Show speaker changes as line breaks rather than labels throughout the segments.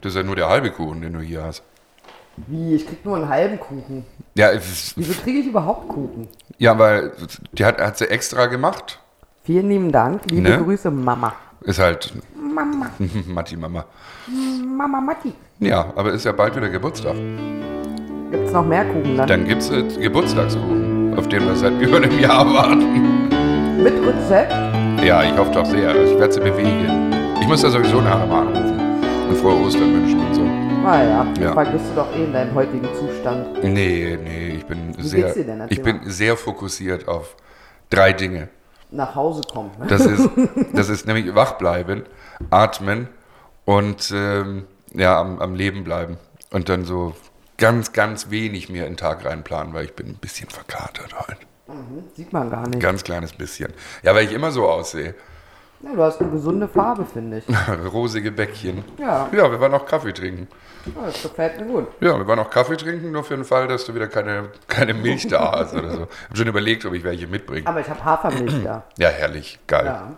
Das ist ja nur der halbe Kuchen, den du hier hast.
Wie, ich krieg nur einen halben Kuchen.
Ja, es ist,
Wieso kriege ich überhaupt Kuchen?
ja weil die hat, hat sie extra gemacht.
Vielen lieben Dank. Liebe
Ne?
Grüße, Mama.
Ist halt
Mama,
Matti Mama.
Mama Matti.
Ja, aber ist ja bald wieder Geburtstag.
Gibt's noch mehr Kuchen dann?
Dann gibt's äh, Geburtstagskuchen, auf den wir seit über einem Jahr warten.
Mit Rezept?
Ja, ich hoffe doch sehr. Also ich werde sie bewegen. Ich muss ja sowieso nachher mal anrufen und frohe Ostern wünschen und so.
Naja,
Ja.
Ah ja. vergisst du doch eh in deinem heutigen Zustand.
Nee, nee, ich bin sehr,
geht's dir denn? Erzähl
ich bin sehr fokussiert auf drei Dinge.
Nach Hause kommen. Ne?
Das ist, das ist nämlich wach bleiben, atmen und ähm, ja, am, am Leben bleiben. Und dann so ganz, ganz wenig mir in den Tag reinplanen, weil ich bin ein bisschen verkatert heute.
Sieht man gar nicht.
Ganz kleines bisschen. Ja, weil ich immer so aussehe.
Ja, du hast eine gesunde Farbe, finde ich.
Rosige Bäckchen.
Ja.
Ja, wir waren auch Kaffee trinken.
Ja, das gefällt mir gut.
Ja, wir waren auch Kaffee trinken, nur für den Fall, dass du wieder keine, keine Milch da hast oder so. Ich habe schon überlegt, ob ich welche mitbringe.
Aber ich habe Hafermilch da.
Ja, herrlich, geil.
Ja.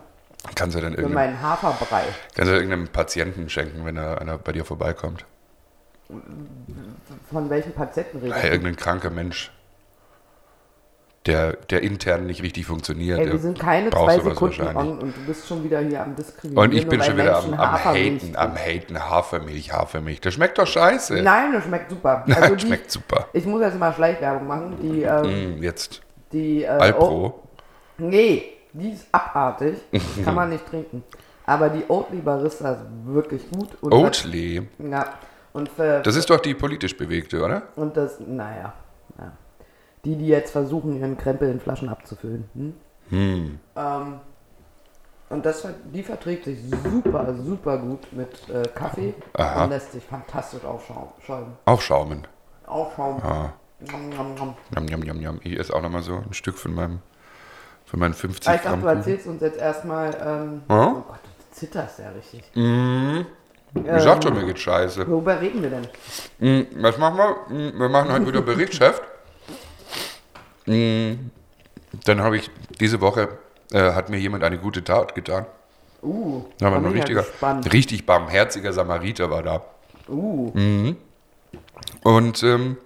Kannst du dann
Für
irgendeinem,
meinen Haferbrei.
kannst du irgendeinem Patienten schenken, wenn da einer bei dir vorbeikommt?
Von welchen Patienten redest
Hey,
du?
irgendein kranker Mensch, der, der intern nicht richtig funktioniert.
Ey,
der
wir sind keine
braucht
zwei
sowas
Sekunden
wahrscheinlich.
on und du bist schon wieder hier am Diskriminieren.
Und ich bin
weil
schon wieder am,
Menschen
am
Hafermilch
Haten, am Haten, Hafermilch, Hafermilch. Das schmeckt doch scheiße.
Nein, das schmeckt super.
das schmeckt super.
also Die, ich muss jetzt mal Schleichwerbung machen. Die, äh,
Mm, Jetzt
die, äh, Oh,
Alpro.
nee, die ist abartig. Kann man nicht trinken. Aber die Oatly Barista ist wirklich gut. Und
Oatly.
Ja. Und, für,
Das ist doch die politisch bewegte, oder?
und das, naja. Ja. Die, die jetzt versuchen, ihren Krempel in Flaschen abzufüllen. Hm? Ähm, und das, ver- die verträgt sich super, super gut mit äh, Kaffee
Aha.
und lässt sich fantastisch aufschäumen.
Aufschaumen.
Aufschäumen.
Ah.
Nom, nom, nom.
Yum, yum, yum, yum. Ich esse auch nochmal so ein Stück von meinem, von meinen 50
Ah, Ich dachte,
Gramm.
du
Kuchen.
erzählst uns jetzt erstmal. Ähm,
Ja?
Oh Gott, du zitterst ja richtig.
Hm.
Ähm,
Ich sag schon, mir geht scheiße.
Worüber reden wir denn?
Hm, Was machen wir? Hm, Wir machen heute wieder Berichtsheft. Hm, Dann habe ich diese Woche, äh, hat mir jemand eine gute Tat getan.
Uh,
Da war
bin
ein
ja
richtiger,
gespannt.
richtig barmherziger Samariter war da.
Uh,
Hm. Und ähm,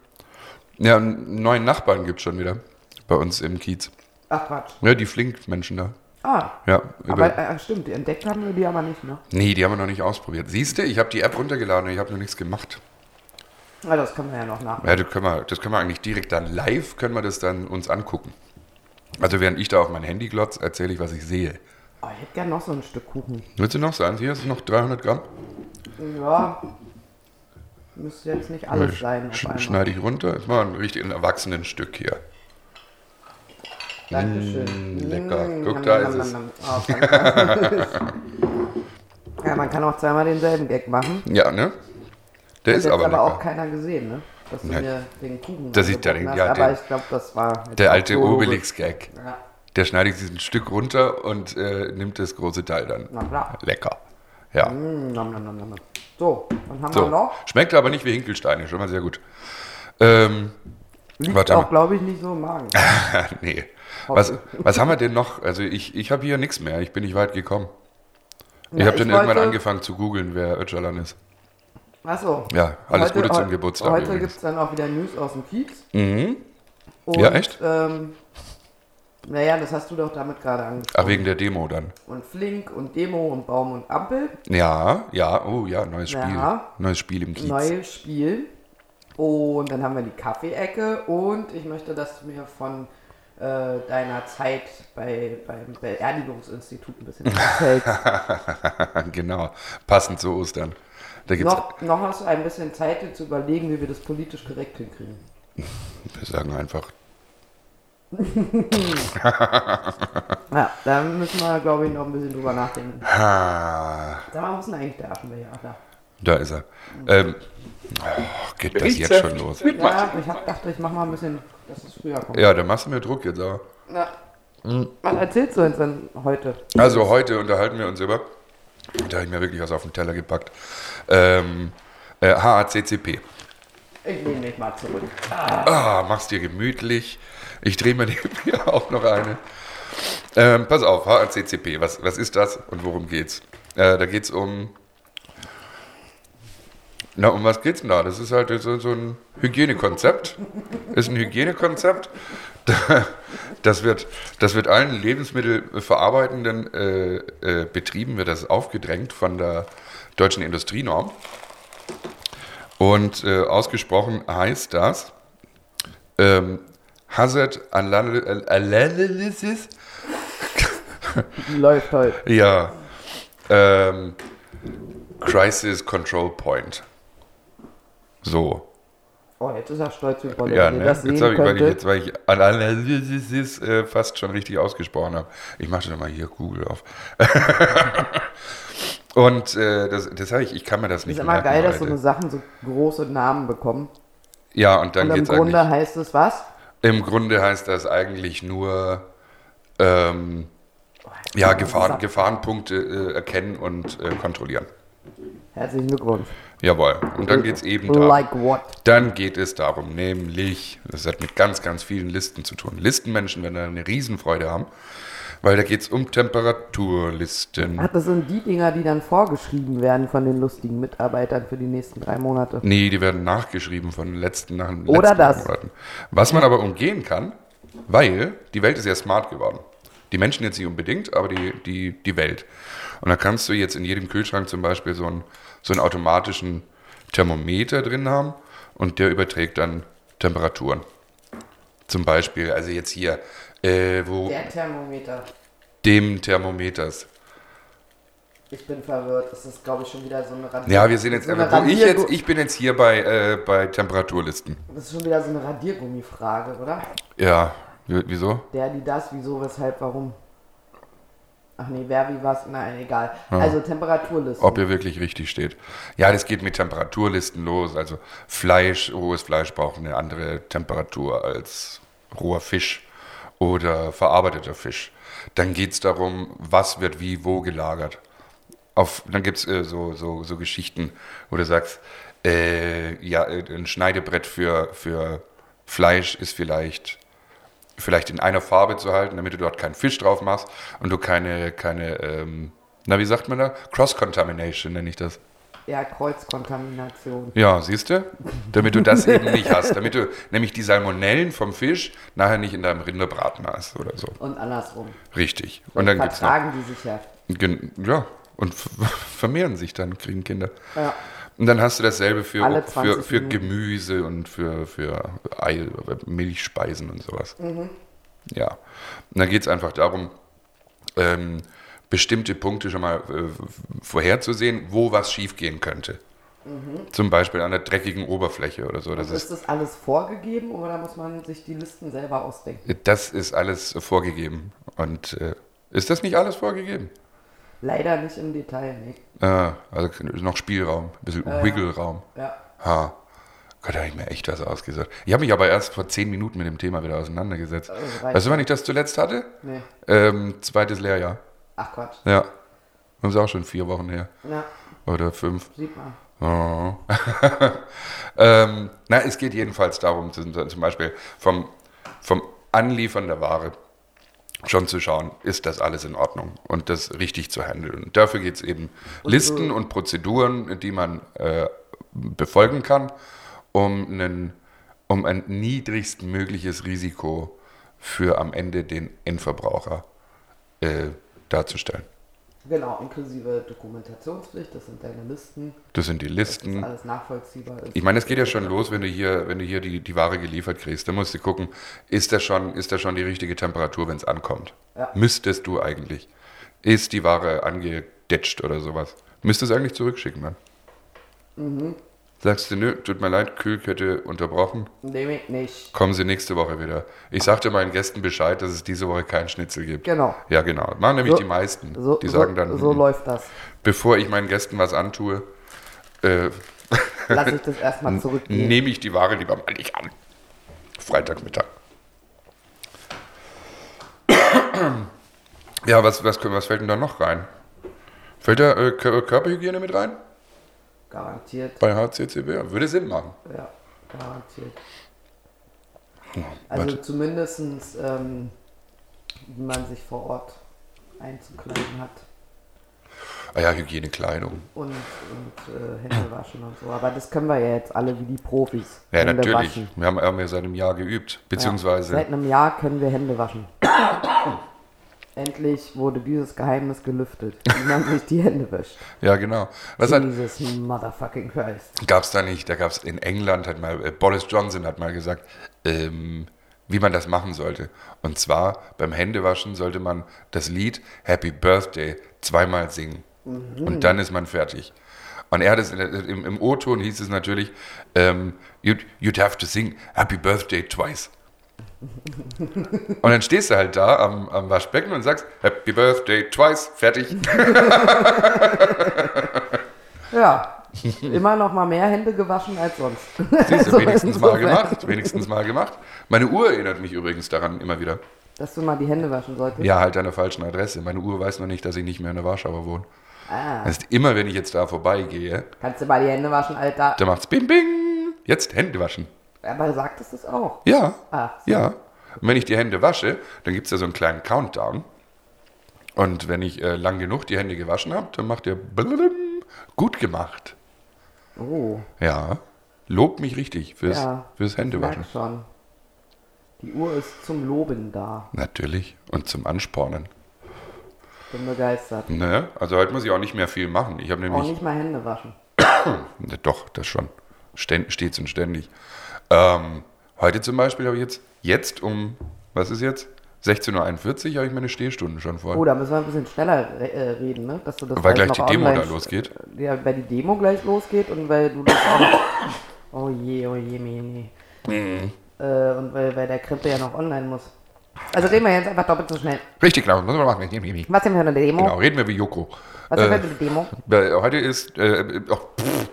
ja, einen neuen Nachbarn gibt es schon wieder bei uns im Kiez.
ach Quatsch.
Ja, die Flink-Menschen da.
Ah,
Ja,
aber äh, stimmt, die entdeckt haben wir die aber nicht, ne?
Nee, die haben wir noch nicht ausprobiert. Siehst du, ich habe die App runtergeladen und ich habe noch nichts gemacht.
Ah, das können wir ja noch nach.
Ja, das können, wir, das können wir eigentlich direkt dann live, können wir das dann uns angucken. Also während ich da auf mein Handy glotze, erzähle ich, was ich sehe.
Oh, ich hätte gerne noch so ein Stück Kuchen.
Willst du noch sagen? Hier ist noch 300 Gramm.
Ja. Müsste jetzt nicht alles sein auf
Sch
einmal.
schneide ich runter. Jetzt mal ein richtig ein Erwachsenenstück hier.
Dankeschön.
lecker.
Mm,
Guck,
nom,
da
nom,
ist es.
nom, nom. Oh, fantastisch. ja, man kann auch zweimal denselben Gag machen.
Ja, ne? Der ist
Hat
aber,
jetzt aber
lecker.
auch keiner gesehen, ne? Dass du
Nein.
mir den Kuchen
Dass ich da
angeboten
den-
hast.
ja,
Aber
den-
ich glaube, das war... jetzt
Der
auch
alte
so logisch.
Obelix-Gag.
Ja,
Der schneidet sich ein Stück runter und äh, nimmt das große Teil dann.
na klar.
Lecker. Ja.
Mm, nom, nom, nom, nom. So, dann haben
So.
wir noch.
Schmeckt aber nicht wie Hinkelsteine, schon mal sehr gut. Ähm,
Liegt
Warte mal.
auch, glaube ich, nicht so im Magen.
nee. Was, was haben wir denn noch? Also ich, ich habe hier nichts mehr. Ich bin nicht weit gekommen. Ich
Ja,
habe dann irgendwann
wollte-
angefangen zu googeln, wer Öcalan ist.
Achso.
Ja, alles Gute zum
heu-
Geburtstag
Heute
übrigens. Mhm.
gibt es dann auch wieder News aus dem Kiez. Und,
Ja, echt?
Ähm, naja, das hast du doch damit gerade angesprochen.
Ach, wegen der Demo dann.
Und Flink und Demo und Baum und Ampel.
Ja, ja, oh ja, neues Spiel.
Ja.
Neues Spiel im Kiez.
Neues Spiel. Und dann haben wir die Kaffee-Ecke. Und ich möchte, dass du mir von äh, deiner Zeit bei, beim Beerdigungsinstitut ein bisschen erzählst.
genau, passend zu Ostern. Da gibt's,
noch, noch hast du ein bisschen Zeit, dir zu überlegen, wie wir das politisch korrekt hinkriegen.
wir sagen einfach,
Ja, da müssen wir, glaube ich, noch ein bisschen drüber nachdenken.
ha,
Sag mal, wo ist denn eigentlich der Affenbejager?
da ist er. Ähm, oh, geht das jetzt schon los?
Ja, ich hab, dachte, ich mach mal ein bisschen, dass es früher kommt.
Ja, Hm. da machst du mir Druck jetzt aber.
Na, was erzählst du uns denn heute?
Also heute unterhalten wir uns über, da habe ich mir wirklich was auf den Teller gepackt, ähm, äh, HACCP.
Ich nehme mich mal zurück.
Ah, mach's dir gemütlich. Ich drehe mir nebenher auch noch eine. Ähm, pass auf, HACCP, was, was ist das und worum geht's? Äh, da geht's um Na, um was geht's denn da? Das ist halt so, so ein Hygienekonzept. Ist ein Hygienekonzept. Da- Das wird, das wird allen lebensmittelverarbeitenden äh, äh, Betrieben wird das aufgedrängt von der deutschen Industrienorm. Und äh, ausgesprochen heißt das ähm, Hazard Anal- Analysis
Läuft halt.
ja. Ähm, Crisis Control Point. So.
Oh, jetzt ist er stolz wie Bolle.
Ja,
Wenn ihr
ne?
das
Jetzt,
sehen
hab ich, weil ich,
könntet.
jetzt, weil ich Analysis äh, fast schon richtig ausgesprochen habe. Ich mache schon mal hier Google auf. Und äh, das, das habe ich, ich kann mir das nicht
ist immer
merken
geil, dass so
heute.
eine Sachen so große Namen bekommen.
Ja, und dann
Und im
geht's
Grunde
eigentlich.
heißt es was?
Im Grunde heißt das eigentlich nur ähm, ja, Gefahren, Gefahrenpunkte äh, erkennen und äh, kontrollieren.
Herzlichen Glückwunsch.
Jawohl. Und dann geht es eben darum.
Like what?
Dann geht es darum, nämlich, das hat mit ganz, ganz vielen Listen zu tun. Listenmenschen werden da eine Riesenfreude haben, weil da geht es um Temperaturlisten.
Ach, das sind die Dinger, die dann vorgeschrieben werden von den lustigen Mitarbeitern für die nächsten drei Monate.
Nee, die werden nachgeschrieben von den letzten nach den
Oder
letzten
das.
Monaten. Was man aber umgehen kann, weil die Welt ist ja smart geworden. Die Menschen jetzt nicht unbedingt, aber die, die, die Welt. Und da kannst du jetzt in jedem Kühlschrank zum Beispiel so einen, so einen automatischen Thermometer drin haben und der überträgt dann Temperaturen. Zum Beispiel, also jetzt hier, äh, wo
Thermometer.
dem Thermometers.
Ich bin verwirrt. Das ist, glaube ich, schon wieder so eine Radier
Ja, wir sind jetzt, wo ich jetzt, ich bin jetzt hier bei, äh, bei Temperaturlisten.
Das ist schon wieder so eine Radiergummi-Frage, oder?
Ja, w- wieso?
Der, die, das, wieso, weshalb, warum. Ach nee, wer, wie, was, nein, egal. Also Temperaturlisten.
ob er wirklich richtig steht. Ja, das geht mit Temperaturlisten los. Also Fleisch, rohes Fleisch braucht eine andere Temperatur als roher Fisch oder verarbeiteter Fisch. Dann geht es darum, was wird wie wo gelagert. Auf, dann gibt es äh, so, so, so Geschichten, wo du sagst, äh, ja, äh, ein Schneidebrett für, für Fleisch ist vielleicht vielleicht in einer Farbe zu halten, damit du dort keinen Fisch drauf machst und du keine, keine ähm, na wie sagt man da? Cross-Contamination nenne ich das.
Ja, Kreuzkontamination.
Ja, siehst du? Damit du das eben nicht hast. Damit du nämlich die Salmonellen vom Fisch nachher nicht in deinem Rinderbraten hast oder so.
Und andersrum.
Richtig. Und dann gibt's noch,
vertragen die sich ja.
gen- ja, und f- vermehren sich dann, kriegen Kinder.
ja.
Und dann hast du dasselbe für,
Alle
für,
20
für
Minuten.
Gemüse und für, für Ei, äh, Milchspeisen und sowas.
Mhm.
Ja. Und dann geht es einfach darum, ähm, bestimmte Punkte schon mal äh, vorherzusehen, wo was schiefgehen könnte. Zum Beispiel an der dreckigen Oberfläche oder so. Das
Ist
ist,
Mhm. das alles vorgegeben oder muss man sich die Listen selber ausdenken?
das ist alles vorgegeben. Und äh, ist das nicht alles vorgegeben?
Leider nicht im Detail, nee.
Ah, also noch Spielraum, ein bisschen
Ja.
Wiggle-Raum.
Ja.
Ha. Gott, da habe ich mir echt was ausgesagt. Ich habe mich aber erst vor zehn Minuten mit dem Thema wieder auseinandergesetzt.
Also reicht.
Weißt du, wann ich das zuletzt hatte?
Nee.
Ähm, zweites Lehrjahr.
Ach Quatsch.
Ja. Das ist auch schon vier Wochen her.
Na,
Oder fünf.
sieht man.
Oh. ähm, na, es geht jedenfalls darum, zu- zu- zum Beispiel vom, vom Anliefern der Ware schon zu schauen, ist das alles in Ordnung und das richtig zu handeln. Und dafür geht es eben Listen und äh, Prozeduren, die man äh, befolgen kann, um, einen, um ein niedrigstmögliches Risiko für am Ende den Endverbraucher äh, darzustellen.
Genau, inklusive Dokumentationspflicht, das sind deine Listen,
Das sind die
dass
Listen.
alles nachvollziehbar ist.
Ich meine, es geht ja schon los, wenn du hier, wenn du hier die, die Ware geliefert kriegst. Dann musst du gucken, ist das schon, ist das schon die richtige Temperatur, wenn es ankommt?
Ja.
Müsstest du eigentlich. Ist die Ware angedetscht oder sowas? Müsstest du eigentlich zurückschicken, ne?
Mhm.
Sagst du, nö, tut mir leid, Kühlkette unterbrochen,
Nehme ich nicht.
kommen sie nächste Woche wieder. Ich sagte meinen Gästen Bescheid, dass es diese Woche keinen Schnitzel gibt.
Genau.
Ja, genau. Machen nämlich
So-
die meisten.
So,
die sagen
so,
dann,
so
"Hm,
läuft das.
bevor ich meinen Gästen was antue, äh,
Lass ich das erstmal zurückgehen.
nehme ich die Ware lieber mal nicht an. Freitagmittag. Ja, was, was, können- was fällt denn da noch rein? Fällt da äh, Kör- Körperhygiene mit rein?
Garantiert.
Bei HCCB? Würde Sinn machen.
Ja, garantiert. Also
Also,
zumindestens, ähm, wie man sich vor Ort einzukleiden hat.
Ah ja, Hygienekleidung.
und, und äh, Hände waschen und so. Aber das können wir ja jetzt alle wie die Profis.
Ja,
Hände
natürlich.
waschen.
Wir haben, haben ja seit einem Jahr geübt. Beziehungsweise,
Ja, seit einem Jahr können wir Hände waschen. Endlich wurde dieses Geheimnis gelüftet, wie man sich die Hände wäscht.
ja, genau.
Hm.
Was hat,
Jesus motherfucking Christ.
Gab es da nicht, da gab es in England, hat mal, äh, Boris Johnson hat mal gesagt, ähm, wie man das machen sollte. Und zwar beim Händewaschen sollte man das Lied Happy Birthday zweimal singen. Und dann ist man fertig. Und er hat es, in der- im, im O-Ton hieß es natürlich, ähm, you'd, you'd have to sing Happy Birthday twice. und dann stehst du halt da am, am Waschbecken und sagst Happy Birthday twice, fertig.
Ja, immer noch mal mehr Hände gewaschen als sonst.
Siehst
So,
du, wenigstens mal
insofern,
gemacht, wenigstens mal gemacht. Meine Uhr erinnert mich übrigens daran immer wieder.
Dass du mal die Hände waschen solltest.
Ja, halt an der falschen Adresse. Meine Uhr weiß noch nicht, dass ich nicht mehr in der Warschauer wohne.
Ah,
Heißt, immer wenn ich jetzt da vorbeigehe,
kannst du mal die Hände waschen, Alter.
dann macht's bing bing. Jetzt Hände waschen.
Aber sagtest es auch. Ah.
Ja,
Ach, so.
ja. Und wenn ich die Hände wasche, dann gibt's da so einen kleinen Countdown. Und wenn ich äh, lang genug die Hände gewaschen habe, dann macht ihr blablabim, gut gemacht.
Oh,
Ja, lobt mich richtig fürs,
ja.
fürs
ich merk
Händewaschen.
schon. Die Uhr ist zum Loben da.
Natürlich. Und zum Anspornen.
Bin begeistert.
Ne? Also heute muss ich auch nicht mehr viel machen. Ich habe
Auch
nämlich.
nicht mal Hände waschen.
Ne, doch, das schon. Ständ, stets und ständig. Ähm, heute zum Beispiel habe ich jetzt, jetzt um, was ist jetzt? 16.41 Uhr habe ich meine Stehstunden schon vor.
Oh, da müssen wir ein bisschen schneller re äh, reden, ne? Dass du das
weil
alles
gleich die
noch
Demo
online- äh,
da losgeht.
Ja, weil die Demo gleich losgeht und weil du das auch noch. Oh je, oh je, mene.
Mhm.
Äh, und weil, weil der Krippe ja noch online muss. Also reden wir jetzt einfach doppelt so schnell.
Richtig, genau, das müssen wir machen.
Was haben wir für eine Demo?
Genau, Äh. reden wir wie Joko.
Was haben wir für eine Demo?
Weil Heute ist. Äh, oh, pff.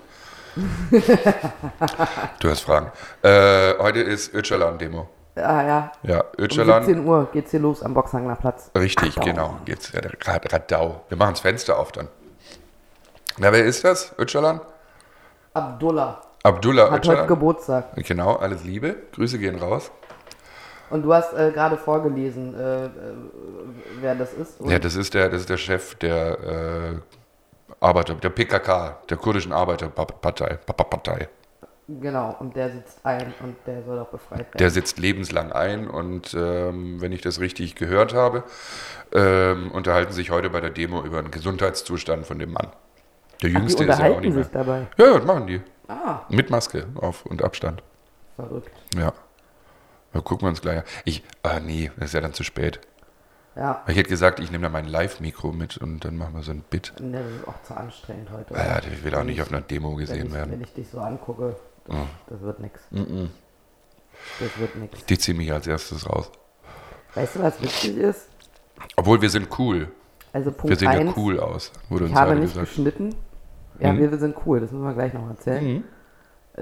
du hast Fragen. Äh, heute ist Öcalan-Demo.
Ah ja.
Ja,
Um
Öcalan.
17 Uhr geht's hier los am Boxhagener Platz.
Richtig, genau. Jetzt äh, Rad- Radau. Wir machen das Fenster auf dann. Na, wer ist das? Öcalan?
Abdullah
Abdullah
hat heute
Öcalan.
Geburtstag.
Genau, alles Liebe. Grüße gehen raus.
Und du hast äh, gerade vorgelesen, äh, äh, wer das ist. Und
Ja, das ist der, das ist der Chef der äh, Arbeiter, der PKK, der kurdischen Arbeiterpartei. Pa- pa- Partei.
Genau, und der sitzt ein und der soll doch befreit werden.
Der sitzt lebenslang ein und ähm, wenn ich das richtig gehört habe, ähm, unterhalten sich heute bei der Demo über den Gesundheitszustand von dem Mann. Der
Ach, die
Jüngste ist ja auch
unterhalten
nicht
sich
mehr.
dabei.
Ja, ja, das machen die.
Ah,
Mit Maske auf und Abstand.
verrückt.
Ja. Da gucken wir uns gleich an. Ich, ah nee, das ist ja dann zu spät.
Ja,
Ich hätte gesagt, ich nehme da mein Live-Mikro mit und dann machen wir so ein Bit.
ne, das ist auch zu anstrengend heute.
Ah Ja, ich will auch nicht auf einer Demo
wenn,
gesehen
ich,
werden. Mhm.
wenn ich dich so angucke, das, das wird nix. Das wird nix.
Die ziehen mich als erstes raus.
Weißt du, was witzig ist?
Obwohl wir sind cool.
Also
Wir
Punkt
sehen ja
1,
cool aus, wurde
ich
uns
habe
heute
nicht
gesagt.
geschnitten. Ja,
Mhm.
wir, wir sind cool, das müssen wir gleich noch erzählen.
Mhm.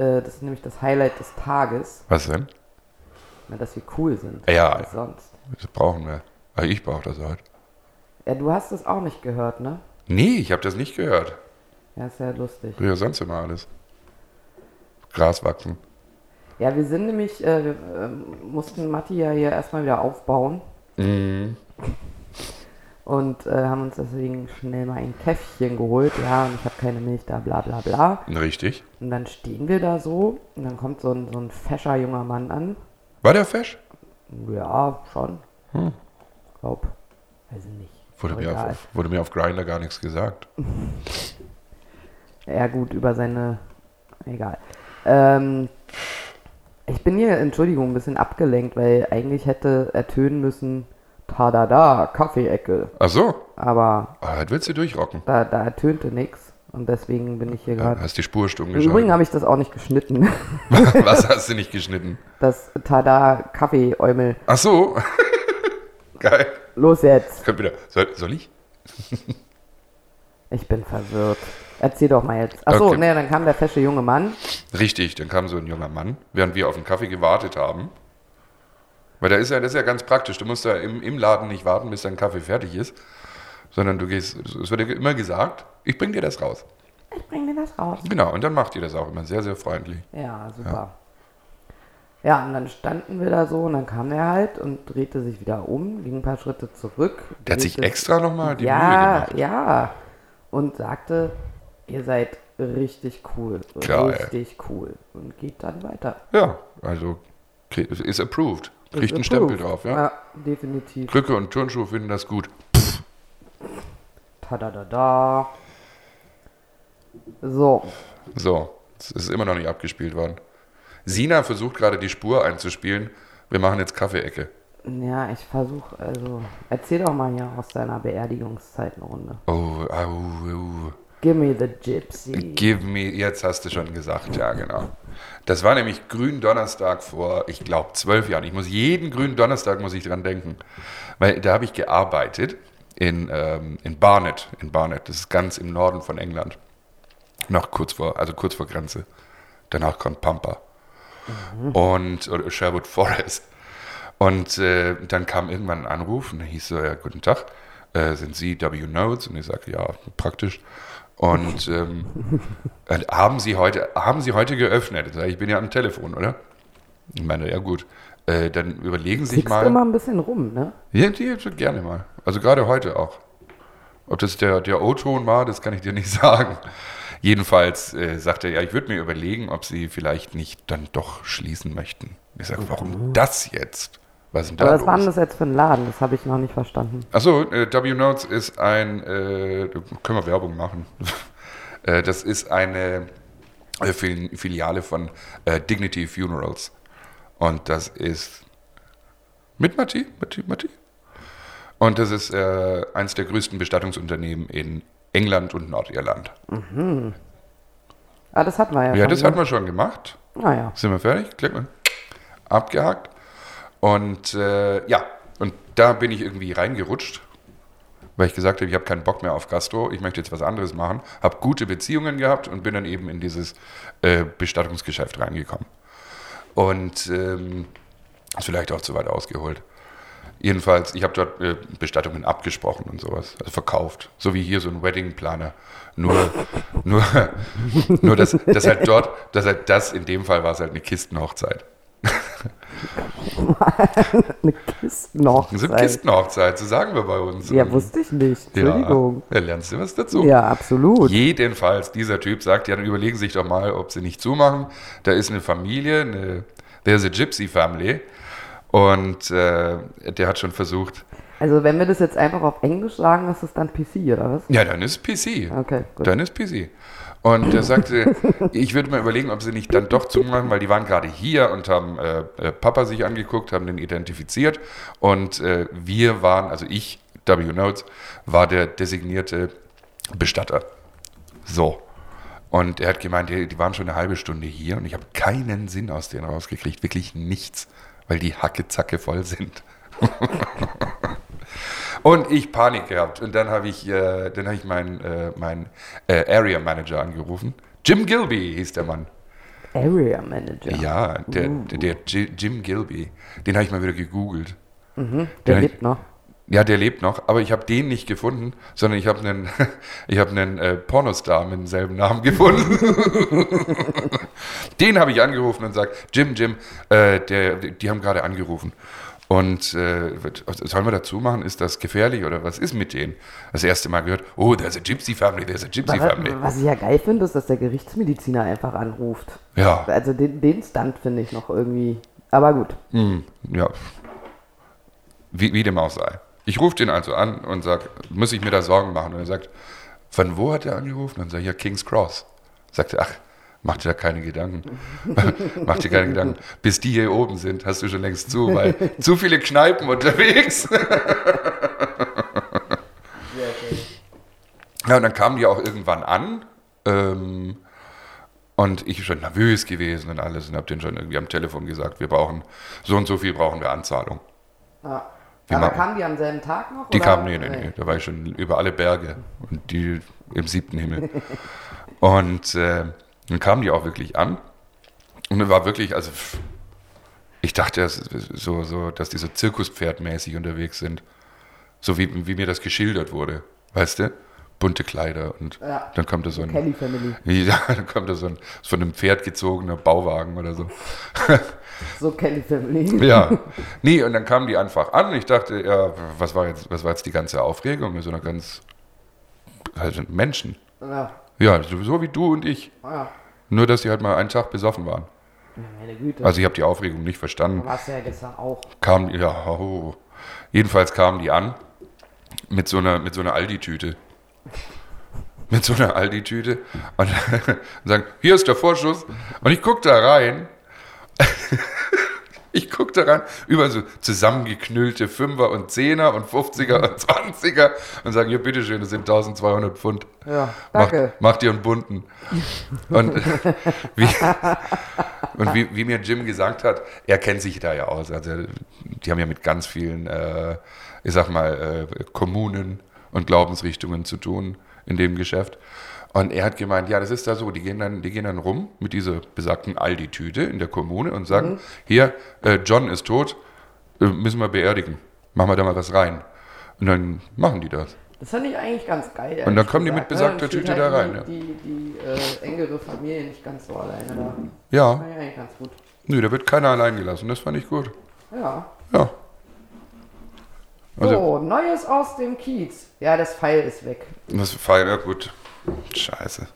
Äh, das ist nämlich das Highlight des Tages,
Was denn?
na, dass wir cool sind.
Ja.
Was sonst.
Das brauchen wir. Ah, Ich brauche das heute.
Ja, du hast es auch nicht gehört, ne?
Nee, ich habe das nicht gehört.
Ja, ist ja lustig.
Ja, sonst immer alles. Gras wachsen.
Ja, wir sind nämlich, äh, wir ähm, mussten Matti ja hier erstmal wieder aufbauen
Mhm.
und äh, haben uns deswegen schnell mal ein Käffchen geholt. Ja, und ich habe keine Milch da, bla bla bla.
Richtig.
Und dann stehen wir da so und dann kommt so ein, so ein fescher junger Mann an.
War der fesch?
Ja, schon.
Hm.
Glaub, weiß ich nicht.
Wurde, mir
Egal.
auf, wurde mir auf Grinder gar nichts gesagt.
Ja, gut, über seine. Egal. Ähm, ich bin hier, Entschuldigung, ein bisschen abgelenkt, weil eigentlich hätte ertönen müssen: Tadada, Kaffeeecke.
Ach so.
Aber
Ah, heute willst du durchrocken.
Da, da ertönte nichts und deswegen bin ich hier
Ja,
gerade.
hast die Spur stumm
Übrigens
geschaltet.
habe ich das auch nicht geschnitten.
Was hast du nicht geschnitten?
Das Tada Kaffee Eumel.
Ach so. Geil.
Los jetzt.
Könnt wieder. Soll, soll ich?
Ich bin verwirrt. Erzähl doch mal jetzt. Achso,
Okay.
ne, dann kam der fesche junge Mann.
Richtig, dann kam so ein junger Mann, während wir auf den Kaffee gewartet haben. Weil da ist ja, das ist ja ganz praktisch. Du musst da im, im Laden nicht warten, bis dein Kaffee fertig ist, sondern du gehst, es wird dir immer gesagt, ich bring dir das raus.
Ich bring dir das raus.
Genau, und dann macht ihr das auch immer sehr, sehr freundlich.
Ja, super. Ja. und dann standen wir da so und dann kam er halt und drehte sich wieder um, ging ein paar Schritte zurück.
Der hat sich
drehte-
extra nochmal die Mühe
ja,
gemacht.
ja. und sagte, ihr seid richtig cool.
Geil.
Richtig cool. Und geht dann weiter.
Ja, also okay, es ist approved.
Ist
Kriegt einen
approved.
Stempel drauf, ja.
Ja, definitiv.
Krücke und Turnschuhe finden das gut.
Tadadada. So,
So, es ist immer noch nicht abgespielt worden. Sina versucht gerade die Spur einzuspielen. Wir machen jetzt Kaffeeecke.
ja, ich versuche, also, erzähl doch mal hier aus deiner Beerdigungszeit eine Runde.
Oh, au, au.
Give me the Gypsy.
Give me, jetzt hast du schon gesagt, ja genau. Das war nämlich Gründonnerstag vor, ich glaube, zwölf Jahren. Ich muss jeden grünen Donnerstag muss ich dran denken, weil da habe ich gearbeitet in, ähm, in Barnet, in Barnet. Das ist ganz im Norden von England, noch kurz vor, also kurz vor Grenze. Danach kommt Pampa und oder Sherwood Forest. Und äh, dann kam irgendwann ein Anruf und hieß so, ja, guten Tag, äh, sind Sie W. Notes? Und ich sage, ja, praktisch. Und ähm, und haben, Sie heute, haben Sie heute geöffnet? Ich sage, ich bin ja am Telefon, oder? Ich meine, ja gut, äh, dann überlegen Sie sich
Kickst
mal.
immer ein bisschen rum, ne?
Ja, die die- gerne mal. Also gerade heute auch. Ob das der, der O-Ton war, das kann ich dir nicht sagen. Jedenfalls äh, sagte er, ja, ich würde mir überlegen, ob sie vielleicht nicht dann doch schließen möchten. Ich sage, warum das jetzt? Was ist denn da
Mhm. Aber was
los?
war denn das jetzt für ein Laden? Das habe ich noch nicht verstanden.
Achso, äh, W-Notes ist ein, äh, können wir Werbung machen. äh, das ist eine äh, Fil- Filiale von äh, Dignity Funerals. Und das ist mit Matti? Matti, Matti? Und das ist äh, eins der größten Bestattungsunternehmen in England und Nordirland.
Ah, das hatten wir ja
Ja,
schon. Ah
das hat man schon gemacht.
man. Naja.
Sind wir fertig? Klick mal. Abgehakt. Und äh, ja, und da bin ich irgendwie reingerutscht, weil ich gesagt habe, ich habe keinen Bock mehr auf Gastro, ich möchte jetzt was anderes machen. Habe gute Beziehungen gehabt und bin dann eben in dieses äh, Bestattungsgeschäft reingekommen. Und ähm, ist vielleicht auch zu weit ausgeholt. Jedenfalls, ich habe dort äh, Bestattungen abgesprochen und sowas, also verkauft. So wie hier so ein Wedding-Planer. Nur, nur, nur dass, dass halt dort, dass halt das, in dem Fall war es halt eine Kistenhochzeit.
Eine Kistenhochzeit.
So eine Kistenhochzeit, so sagen wir bei uns.
Ja, wusste ich nicht. Entschuldigung.
Ja, da lernst du was
Ja,
dazu.
absolut.
Jedenfalls, dieser Typ sagt, ja, dann überlegen Sie sich doch mal, ob sie nicht zumachen. Da ist eine Familie, eine, there's a gypsy family. Und äh, der hat schon versucht,
Also wenn wir das jetzt einfach auf Englisch sagen, ist es dann PC, oder was?
ja, dann ist PC.
Okay, gut.
Dann ist PC. Und er sagte, ich würde mal überlegen, ob sie nicht dann doch zumachen, weil die waren gerade hier und haben äh, äh, Papa sich angeguckt, haben den identifiziert. Und äh, wir waren, also ich, W. Notes, war der designierte Bestatter. So. Und er hat gemeint, die, die waren schon eine halbe Stunde hier und ich habe keinen Sinn aus denen rausgekriegt, wirklich nichts, weil die hackezacke voll sind. Und ich Panik gehabt. Und dann habe ich, äh, dann habe ich meinen, äh, meinen äh, Area Manager angerufen. Jim Gilby hieß der Mann.
Area Manager.
Ja, der, der, der Ji- Jim Gilby. Den habe ich mal wieder gegoogelt.
Der
Ja,
lebt noch.
Ja, der lebt noch, aber ich habe den nicht gefunden, sondern ich habe einen, ich habe einen äh, Pornostar mit demselben Namen gefunden. den habe ich angerufen und sagt, Jim, Jim, äh, der, die haben gerade angerufen. Und äh, wird- sollen wir dazu machen? Ist das gefährlich oder was ist mit denen? Das erste Mal gehört, oh, there's a Gypsy Family, there's a Gypsy Family.
Aber, was ich ja geil finde, ist, dass der Gerichtsmediziner einfach anruft.
Ja,
Also den, den Stunt finde ich noch irgendwie. Aber gut.
Hm, ja. Wie, wie dem auch sei. Ich rufe den also an und sage, muss ich mir da Sorgen machen? Und er sagt, von wo hat er angerufen? Und sage ich, ja, King's Cross. Sagt er, ach, mach dir da keine Gedanken. mach dir keine Gedanken. Bis die hier oben sind, hast du schon längst zu, weil zu viele Kneipen unterwegs. Ja, und dann kamen die auch irgendwann an. Ähm, und ich schon nervös gewesen und alles und habe denen schon irgendwie am Telefon gesagt, wir brauchen so und so viel brauchen wir Anzahlung.
Ja.
Wir
Ah. Aber
machen-
kamen die am selben Tag noch?
Die
oder?
kamen, nee, nee, nee, da war ich schon über alle Berge und die im siebten Himmel. und äh, dann kamen die auch wirklich an und dann war wirklich, also pff, ich dachte, das ist so, so, dass die so Zirkuspferdmäßig unterwegs sind, so wie, wie mir das geschildert wurde, weißt du? Bunte Kleider und
Ja.
dann kommt da so ein...
Kelly Family.
Ja, dann kommt da so ein von einem Pferd gezogener Bauwagen oder so.
So Kelly Family.
Ja. Nee, und dann kamen die einfach an. Ich dachte, ja, was war jetzt, was war jetzt die ganze Aufregung? So eine ganz halt sind Menschen.
Ja, ah
Ja, so wie du und ich.
ja.
Nur, dass sie halt mal einen Tag besoffen waren.
Meine Güte.
Also ich habe die Aufregung nicht verstanden.
Aber hast du ja gestern auch.
Kam, ja, oh. Jedenfalls kamen die an mit so einer, mit so einer Aldi-Tüte. Mit so einer Aldi-Tüte und, und sagen, hier ist der Vorschuss. Und ich guck da rein. Ich guck da rein, über so zusammengeknüllte Fünfer und Zehner und 50er und 20er und sagen, hier, bitteschön, das sind 1200 Pfund.
Ja,
Mach,
danke.
mach dir einen bunten. Und, wie, und wie, wie mir Jim gesagt hat, er kennt sich da ja aus. Also, die haben ja mit ganz vielen, äh, ich sag mal, äh, Kommunen und Glaubensrichtungen zu tun in dem Geschäft. Und er hat gemeint, ja, das ist da so, die gehen dann, die gehen dann rum mit dieser besagten Aldi-Tüte in der Kommune und sagen, hier, äh, John ist tot, äh, müssen wir beerdigen. Machen wir da mal was rein. Und dann machen die das.
Das fand ich eigentlich ganz geil.
dann
ehrlich
kommen die
gesagt,
mit
ne? Dann
besagter
steht
Tüte da rein,
Die,
ja.
die, die äh, engere Familie nicht ganz so alleine da.
Ja.
Fand ich eigentlich ganz gut.
Nö, da wird keiner allein gelassen. Das fand ich gut.
Ja.
Ja. Also,
so, Neues aus dem Kiez. Ja, das Pfeil ist weg.
das Pfeil, ja gut. Scheiße.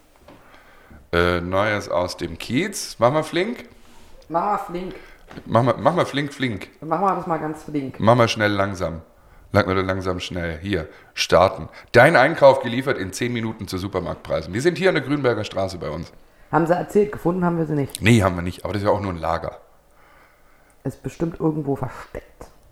Äh, Neues aus dem Kiez. Mach mal flink.
Mach mal flink.
Mach mal, mach mal flink, flink.
Dann Machen wir das mal ganz flink.
Mach mal schnell, langsam. Lang oder langsam, schnell. Hier, starten. Dein Einkauf geliefert in 10 Minuten zu Supermarktpreisen. Wir sind hier an der Grünberger Straße bei uns.
Haben sie erzählt, gefunden haben wir sie nicht.
Nee, haben wir nicht. Aber das ist ja auch nur ein Lager.
Ist bestimmt irgendwo versteckt.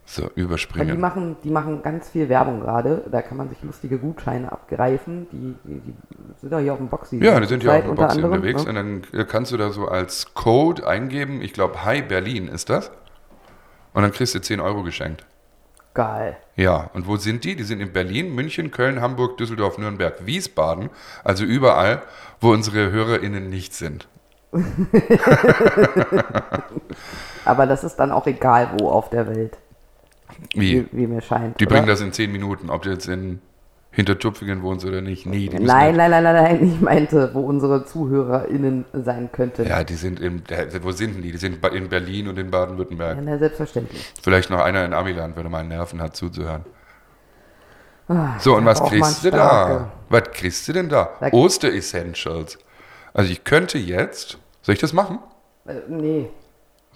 So,
Weil die
überspringen.
machen, die machen ganz viel Werbung gerade. Da kann man sich lustige Gutscheine abgreifen. Die, die, die sind doch hier auf dem Boxy.
Ja, die sind ja auch
Zeit
mit
unter
Boxen
anderem,
unterwegs.
ne?
Und dann äh, kannst du da so als Code eingeben, ich glaube, Hi Berlin ist das. Und dann kriegst du 10 Euro geschenkt.
Geil.
Ja, und wo sind die? Die sind in Berlin, München, Köln, Hamburg, Düsseldorf, Nürnberg, Wiesbaden. Also überall, wo unsere HörerInnen nicht sind.
Aber das ist dann auch egal, wo auf der Welt,
Wie?
wie, wie mir scheint.
Die
oder?
bringen das in 10 Minuten, ob du jetzt in Hintertupfingen wohnst oder nicht. Nee, die müssen
Nein, nein, nein, nein, nein, ich meinte, wo unsere ZuhörerInnen sein könnten.
Ja, die sind in, äh, wo sind denn die? Die sind ba- in Berlin und in
Ja,
Baden-Württemberg.
na, selbstverständlich.
Vielleicht noch einer in Amiland, wenn er mal Nerven hat zuzuhören. So, und
Ah, da
was
braucht man
kriegst du
Starke.
da? Was kriegst du denn da?
Da-
Oster-Essentials. Also ich könnte jetzt, soll ich das machen?
Äh, nee,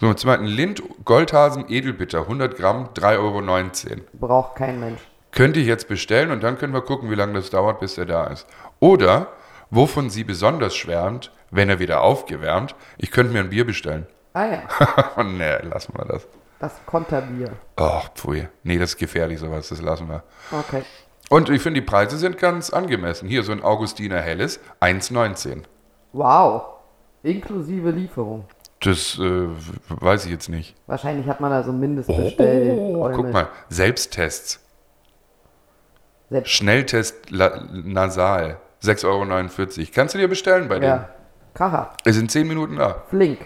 So, zum einen Lind Goldhasen Edelbitter, 100 Gramm, 3,19 Euro.
braucht kein Mensch.
Könnte ich jetzt bestellen und dann können wir gucken, wie lange das dauert, bis er da ist. Oder, wovon sie besonders schwärmt, wenn er wieder aufgewärmt, ich könnte mir ein Bier bestellen.
Ah ja,
nee, lassen wir das.
das Konterbier.
Ach, pfui. Nee, das ist gefährlich, sowas, das lassen wir.
Okay.
Und ich finde, die Preise sind ganz angemessen. Hier so ein Augustiner Helles, 1,19.
Wow. Inklusive Lieferung.
Das äh, weiß ich jetzt nicht.
Wahrscheinlich hat man da so
Oh,
Mindestbestell.
guck mal. Selbsttests.
Selbst-
Schnelltest la nasal. 6,49 Euro. Kannst du dir bestellen bei denen?
Ja. Kracher.
Es sind 10 Minuten da.
Flink.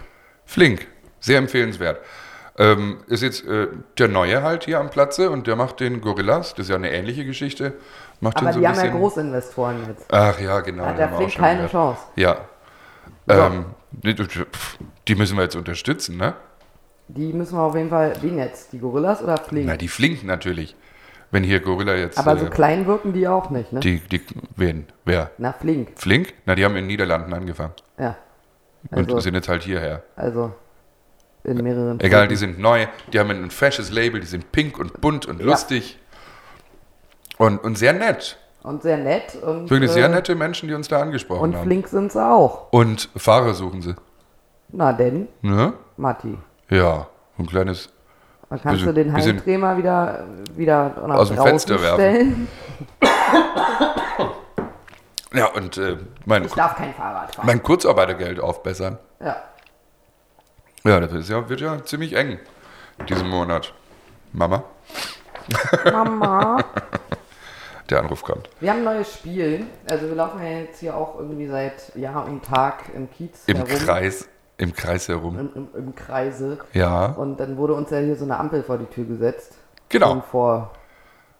Flink. Sehr empfehlenswert. Ähm, ist jetzt äh, der Neue halt hier am Platze und der macht den Gorillas. Das ist ja eine ähnliche Geschichte. Macht
Aber
den so
die
ein
haben ja
bisschen.
Großinvestoren jetzt.
Ach ja, genau.
Hat
den
der
haben wir auch
Flink
schon
keine
gehört.
Chance.
Ja.
Ja.
Ähm, die, pf, die müssen wir jetzt unterstützen, ne?
Die müssen wir auf jeden Fall, wen jetzt? Die Gorillas oder Flink?
Na, die flinken natürlich. Wenn hier Gorilla jetzt.
Aber so
äh,
klein wirken die auch nicht, ne?
die, die, wen? Wer?
Na, Flink.
Flink? Na, die haben in den Niederlanden angefangen.
Ja.
Und
Also,
sind jetzt halt hierher.
also in mehreren.
Egal, die sind neu, die haben ein freshes Label, die sind pink und bunt und lustig. Und, und sehr nett.
Und sehr nett. Und,
Wirklich sehr
äh,
nette Menschen, die uns da angesprochen
Und
haben.
flink sind sie auch.
Und Fahrer suchen sie.
Na denn,
Ne?
Matti,
Ja. Ein kleines.
dann kannst
Bisschen-
du den
bisschen-
Heimträmer wieder, wieder nach
Aus dem
draußen
Fenster werfen.
stellen.
Ja, und äh, mein,
Ich darf kein Fahrrad fahren.
mein Kurzarbeitergeld aufbessern.
Ja.
Ja, das ist ja, wird ja ziemlich eng diesen Monat. Mama,
Mama.
der Anruf kommt.
Wir haben ein neues Spiel. Also wir laufen ja jetzt hier auch irgendwie seit Jahr und Tag im Kiez
Im
herum.
Kreis, im Kreis herum.
Im, im, Im Kreise.
Ja.
Und dann wurde uns ja hier so eine Ampel vor die Tür gesetzt.
Genau.
Schon vor.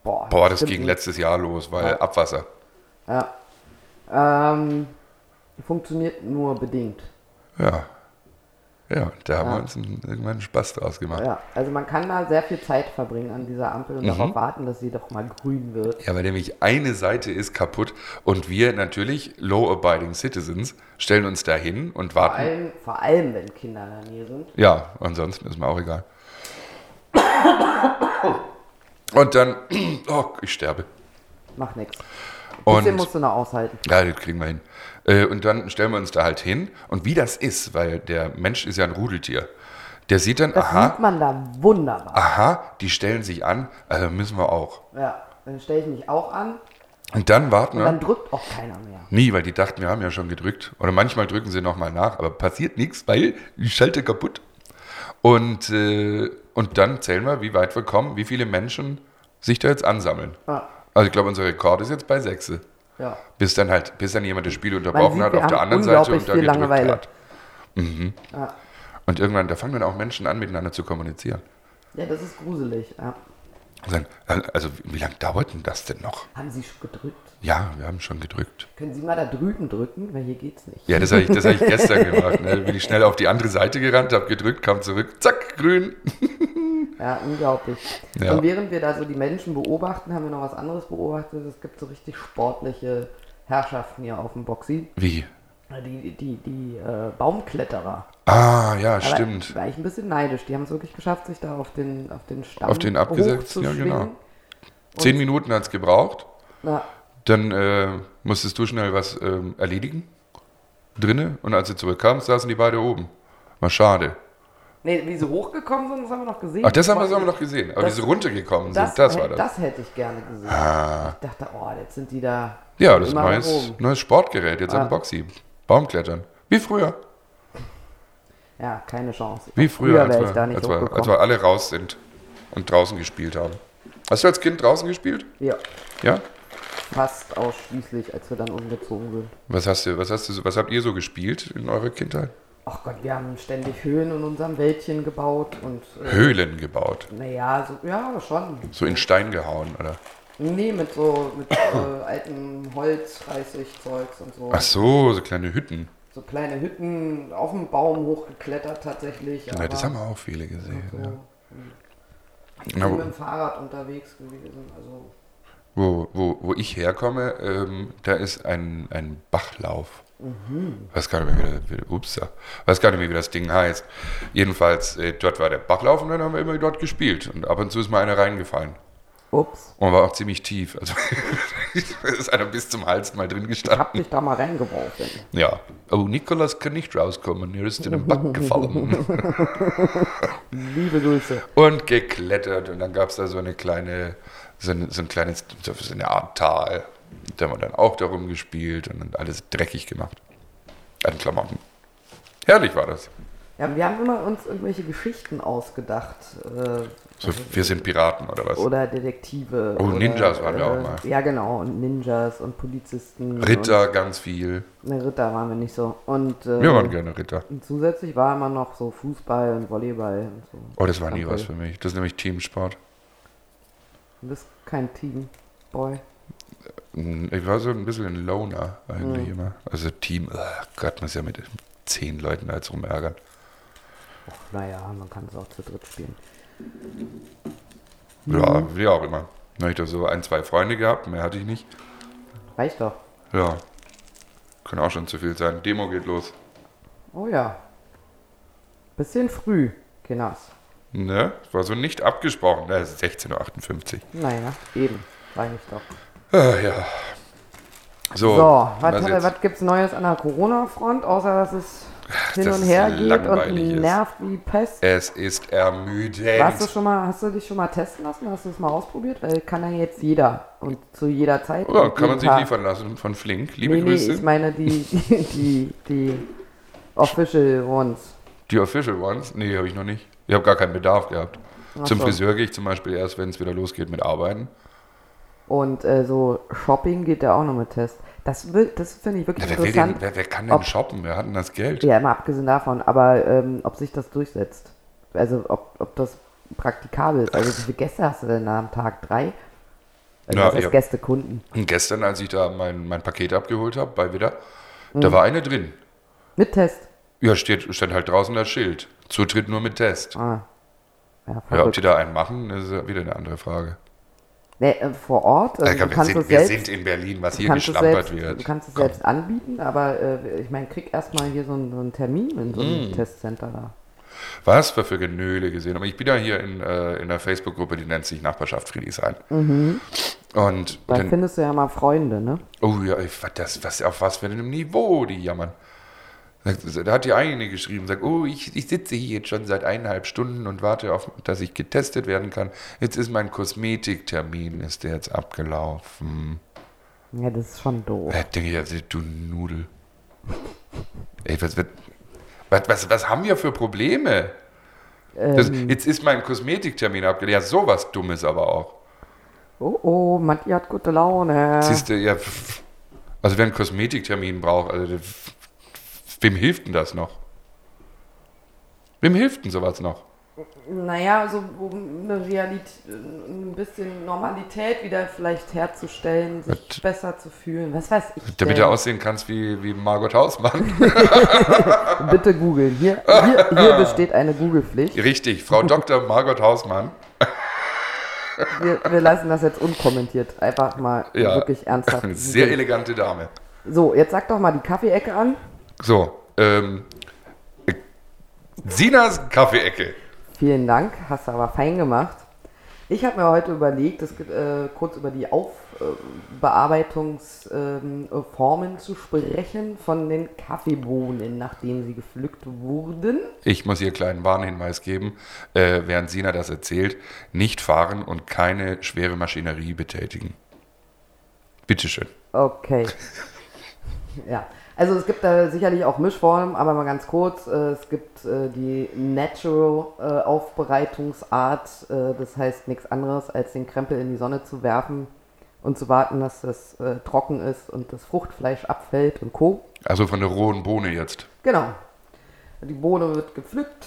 Boah,
Boah, das
bestimmt
ging
ein
letztes Jahr los, weil
Ja.
Abwasser.
Ja. Ähm, funktioniert nur bedingt.
Ja. Ja, da haben
Ja.
wir uns einen, irgendwann einen Spaß draus gemacht. Ja.
Ja, also man kann da sehr viel Zeit verbringen an dieser Ampel
Mhm.
und darauf warten, dass sie doch mal grün wird.
weil nämlich eine Seite ist kaputt und wir natürlich, low-abiding citizens, stellen uns da hin und
Vor
warten.
allem, vor allem wenn Kinder in der Nähe sind.
Ja, ansonsten ist mir auch egal. Und dann, oh, ich sterbe.
Macht nichts. Bisschen
Und
musst du noch aushalten.
Ja, das kriegen wir hin. Äh, Und dann stellen wir uns da halt hin. Und wie das ist, weil der Mensch ist ja ein Rudeltier. Der sieht dann,
Das
aha,
sieht man da wunderbar.
aha, die stellen sich an, also müssen wir auch.
Ja, dann stelle ich mich auch an
Und dann warten
und dann
wir.
drückt auch keiner mehr.
Nie, weil die dachten, wir haben ja schon gedrückt. Oder manchmal drücken sie nochmal nach, aber passiert nichts, weil die Schalte kaputt. Und, äh, und dann zählen wir, wie weit wir kommen, wie viele Menschen sich da jetzt ansammeln.
Ja,
Also ich glaube, unser Rekord ist jetzt bei sechse.
ja.
Bis dann halt, bis dann jemand das Spiel
Man
unterbrochen
sieht,
hat
wir
auf der
haben
anderen Seite
unglaublich
und dann
viel
gedrückt
Langeweile.
hat. Mhm. Und irgendwann, da fangen dann auch Menschen an, miteinander zu kommunizieren.
Ja, das ist gruselig. Ja.
Und sagen, also wie lange dauert denn das denn noch?
Haben Sie schon gedrückt?
Ja, wir haben schon gedrückt.
Können Sie mal da drüben drücken? Weil hier geht's nicht.
Ja, das habe ich, das hab ich gestern gemacht. Ne? Da bin ich schnell auf die andere Seite gerannt, habe gedrückt, kam zurück, zack, grün.
Ja, unglaublich.
Ja.
Und während wir da so die Menschen beobachten, haben wir noch was anderes beobachtet. Es gibt so richtig sportliche Herrschaften hier auf dem Boxy.
Wie?
Die, die, die äh, Baumkletterer.
Ah, ja,
Aber
stimmt.
War ich ein bisschen neidisch. Die haben es wirklich geschafft, sich da auf den, auf den Stamm
Auf den abgesetzt, ja,
hochzuschwingen.
genau. Zehn Minuten hat es gebraucht.
Na,
Dann äh, musstest du schnell was ähm, erledigen. Drinne. Und als du zurückkamst, saßen die beide oben. War schade.
nee, wie sie hochgekommen sind, das haben wir noch gesehen.
Ach, das haben wir das haben wir noch gesehen. Aber
Das-
wie sie runtergekommen
Das, äh,
sind, das war das. Ah.
das hätte ich gerne gesehen. Ich dachte, oh, jetzt sind die da.
Ja, das ist
immer
ein neues,
oben.
neues Sportgerät, jetzt
Ah.
am Boxy. Baumklettern. Wie früher.
Ja, keine Chance.
Wie früher,
wäre ich
als, wir,
da nicht
als, wir, als
hochgekommen.
wir alle raus sind und draußen gespielt haben. Hast du als Kind draußen gespielt?
Ja,
Ja?
fast ausschließlich, als wir dann umgezogen sind.
Was hast du, was hast du, so- was habt ihr so gespielt in eurer Kindheit?
Ach Gott, wir haben ständig Höhlen in unserem Wäldchen gebaut und äh,
Höhlen gebaut.
naja, so, ja, schon.
So in Stein gehauen, oder?
Nee, mit so mit äh, altem Holz, reißig Zeugs und so.
Ach so, so kleine Hütten.
So kleine Hütten auf dem Baum hochgeklettert tatsächlich.
Ja, das haben wir auch viele gesehen.
so,
Ja.
Ich bin
Aber-
mit dem Fahrrad unterwegs gewesen. Also
Wo, wo, wo ich herkomme, ähm, da ist ein, ein Bachlauf. Weiß gar nicht mehr, wie das- wie, ups, ja. weiß gar nicht mehr, wie das Ding heißt. Jedenfalls, äh, dort war der Bachlauf und dann haben wir immer dort gespielt. Und ab und zu ist mal einer reingefallen.
Ups.
Und war auch ziemlich tief. Also ist einer bis zum Hals mal drin
Ich
gestanden.
hab dich da mal reingeworfen.
Ja. Oh, Nikolas kann nicht rauskommen. Er ist in den Back gefallen.
Liebe Grüße.
und geklettert. Und dann gab es da so eine kleine, so, ein- so ein kleines, so so eine Art Tal. Da haben wir dann auch darum gespielt und dann alles dreckig gemacht. An Klamotten. Herrlich war das.
Ja, wir haben immer uns irgendwelche Geschichten ausgedacht. Äh,
So, wir sind Piraten oder was?
oder Detektive.
Oh,
oder,
Ninjas waren wir auch mal.
Ja, genau. Und Ninjas und Polizisten.
Ritter ganz viel.
Und, ne, Ritter waren wir nicht so. Und, äh,
Wir waren gerne Ritter.
und zusätzlich war immer noch so Fußball und Volleyball und so.
Oh, das war nie
Danke.
was für mich. Das ist nämlich Teamsport.
Du bist kein Teamboy.
Ich war so ein bisschen ein Loner eigentlich immer. Also Team, ach Gott, man ist ja mit zehn Leuten als rumärgern.
Och, naja, man kann es auch zu dritt spielen.
Ja, wie auch immer. Da hab ich da so ein, zwei Freunde gehabt, mehr hatte ich nicht.
Reicht doch.
Ja. Kann auch schon zu viel sein. Demo geht los.
Oh ja. Bisschen früh, Kinas.
Ne? War so nicht abgesprochen. Ne, es ist 16.58 Uhr.
Naja, eben. Sag ich doch.
Ah, ja. So,
So, was,
was
hat,
jetzt?
was gibt's Neues an der Corona-Front, außer dass es hin
dass
und
es
her geht
langweilig
und
ist.
nervt wie Pest?
es ist ermüdend.
Warst du schon mal, hast du dich schon mal testen lassen? Hast du es mal ausprobiert? Weil kann ja jetzt jeder und zu jeder Zeit.
ja,
und
kann man
jeden
sich
Tag.
liefern lassen von Flink. Liebe
Nee, nee,
Grüße.
ich meine die, die, die, die Official Ones.
Die Official Ones? Nee, habe ich noch nicht. Ich habe gar keinen Bedarf gehabt.
Ach
Zum
so.
Friseur gehe ich zum Beispiel erst, wenn es wieder losgeht mit Arbeiten.
Und äh, so Shopping geht ja auch noch mit Test. Das, will- das finde ich wirklich
Ja, wer, will
interessant.
denn, wer, wer kann denn
Ob-
shoppen? Wer hat denn das Geld?
Ja, immer abgesehen davon, aber ähm, ob sich das durchsetzt. Also ob, ob das praktikabel ist. Also wie viele Gäste hast du denn da am Tag? Drei? Also
Na,
das heißt
ja.
Gäste, Kunden.
Und gestern,
Mhm.
als ich da mein, mein Paket abgeholt habe bei Widder, da war eine drin.
Mit Test.
Ja, steht, stand halt draußen das Schild. Zutritt nur mit Test.
Ah. also Ja,
Ja, ob die
verrückt.
da einen machen, das ist ja wieder eine andere Frage.
nee, äh, vor Ort, also,
Alter,
du
wir
kannst
sind,
es
wir
selbst,
sind in Berlin, was
du
hier
kannst es
geschlampert
selbst,
wird.
du kannst es selbst anbieten, aber äh, ich meine, krieg erstmal hier so einen, so einen Termin in so einem
Mm.
Testcenter da.
Was wir für Genöle gesehen haben. Ich bin ja hier in, äh, in einer Facebook-Gruppe, die nennt sich Nachbarschaft Friedrichshain.
Mhm.
Und
Da
dann,
findest du ja mal Freunde, ne?
oh ja, ich, was, das, was, auf was für einem Niveau die jammern. Da hat die eine geschrieben, sagt, oh, ich, ich sitze hier jetzt schon seit eineinhalb Stunden und warte auf, dass ich getestet werden kann. Jetzt ist mein Kosmetiktermin, ist der jetzt abgelaufen.
Ja, das ist schon doof.
Da denke ich, also, du Nudel. Ey, was, wird- was, was, was haben wir für Probleme? Das,
Ähm.
jetzt ist mein Kosmetiktermin abgelehnt. Ja, sowas Dummes aber auch.
Oh oh, Matti hat gute Laune.
Siehst du, ja, pff. also wer einen Kosmetiktermin braucht, also pff, wem hilft denn das noch? Wem hilft denn sowas noch?
Naja, so um eine Realität, ein bisschen Normalität wieder vielleicht herzustellen, sich
Was?
besser zu fühlen. Was weiß ich.
Damit
denn?
du aussehen kannst wie, wie Margot Hausmann.
Bitte googeln. Hier, hier, hier besteht eine Google-Pflicht.
Richtig, Frau Dr. Margot Hausmann.
Wir, wir lassen das jetzt unkommentiert. Einfach mal
Ja.
Also wirklich ernsthaft.
Sehr
googeln.
elegante Dame.
so, jetzt sag doch mal die Kaffeeecke an.
So, ähm, äh, Sinas Kaffeeecke.
Vielen Dank, hast du aber fein gemacht. Ich habe mir heute überlegt, es gibt, äh, kurz über die Aufbearbeitungsformen ähm, Formen zu sprechen von den Kaffeebohnen, nachdem sie gepflückt wurden.
Ich muss hier einen kleinen Warnhinweis geben, äh, während Sina das erzählt. Nicht fahren und keine schwere Maschinerie betätigen. Bitteschön.
Okay. ja. Also es gibt da sicherlich auch Mischformen, aber mal ganz kurz. Äh, es gibt äh, die Natural-Aufbereitungsart. Äh, das heißt nichts anderes, als den Krempel in die Sonne zu werfen und zu warten, dass das äh, trocken ist und das Fruchtfleisch abfällt und Co.
Also von der rohen Bohne jetzt.
Genau. Die Bohne wird gepflückt,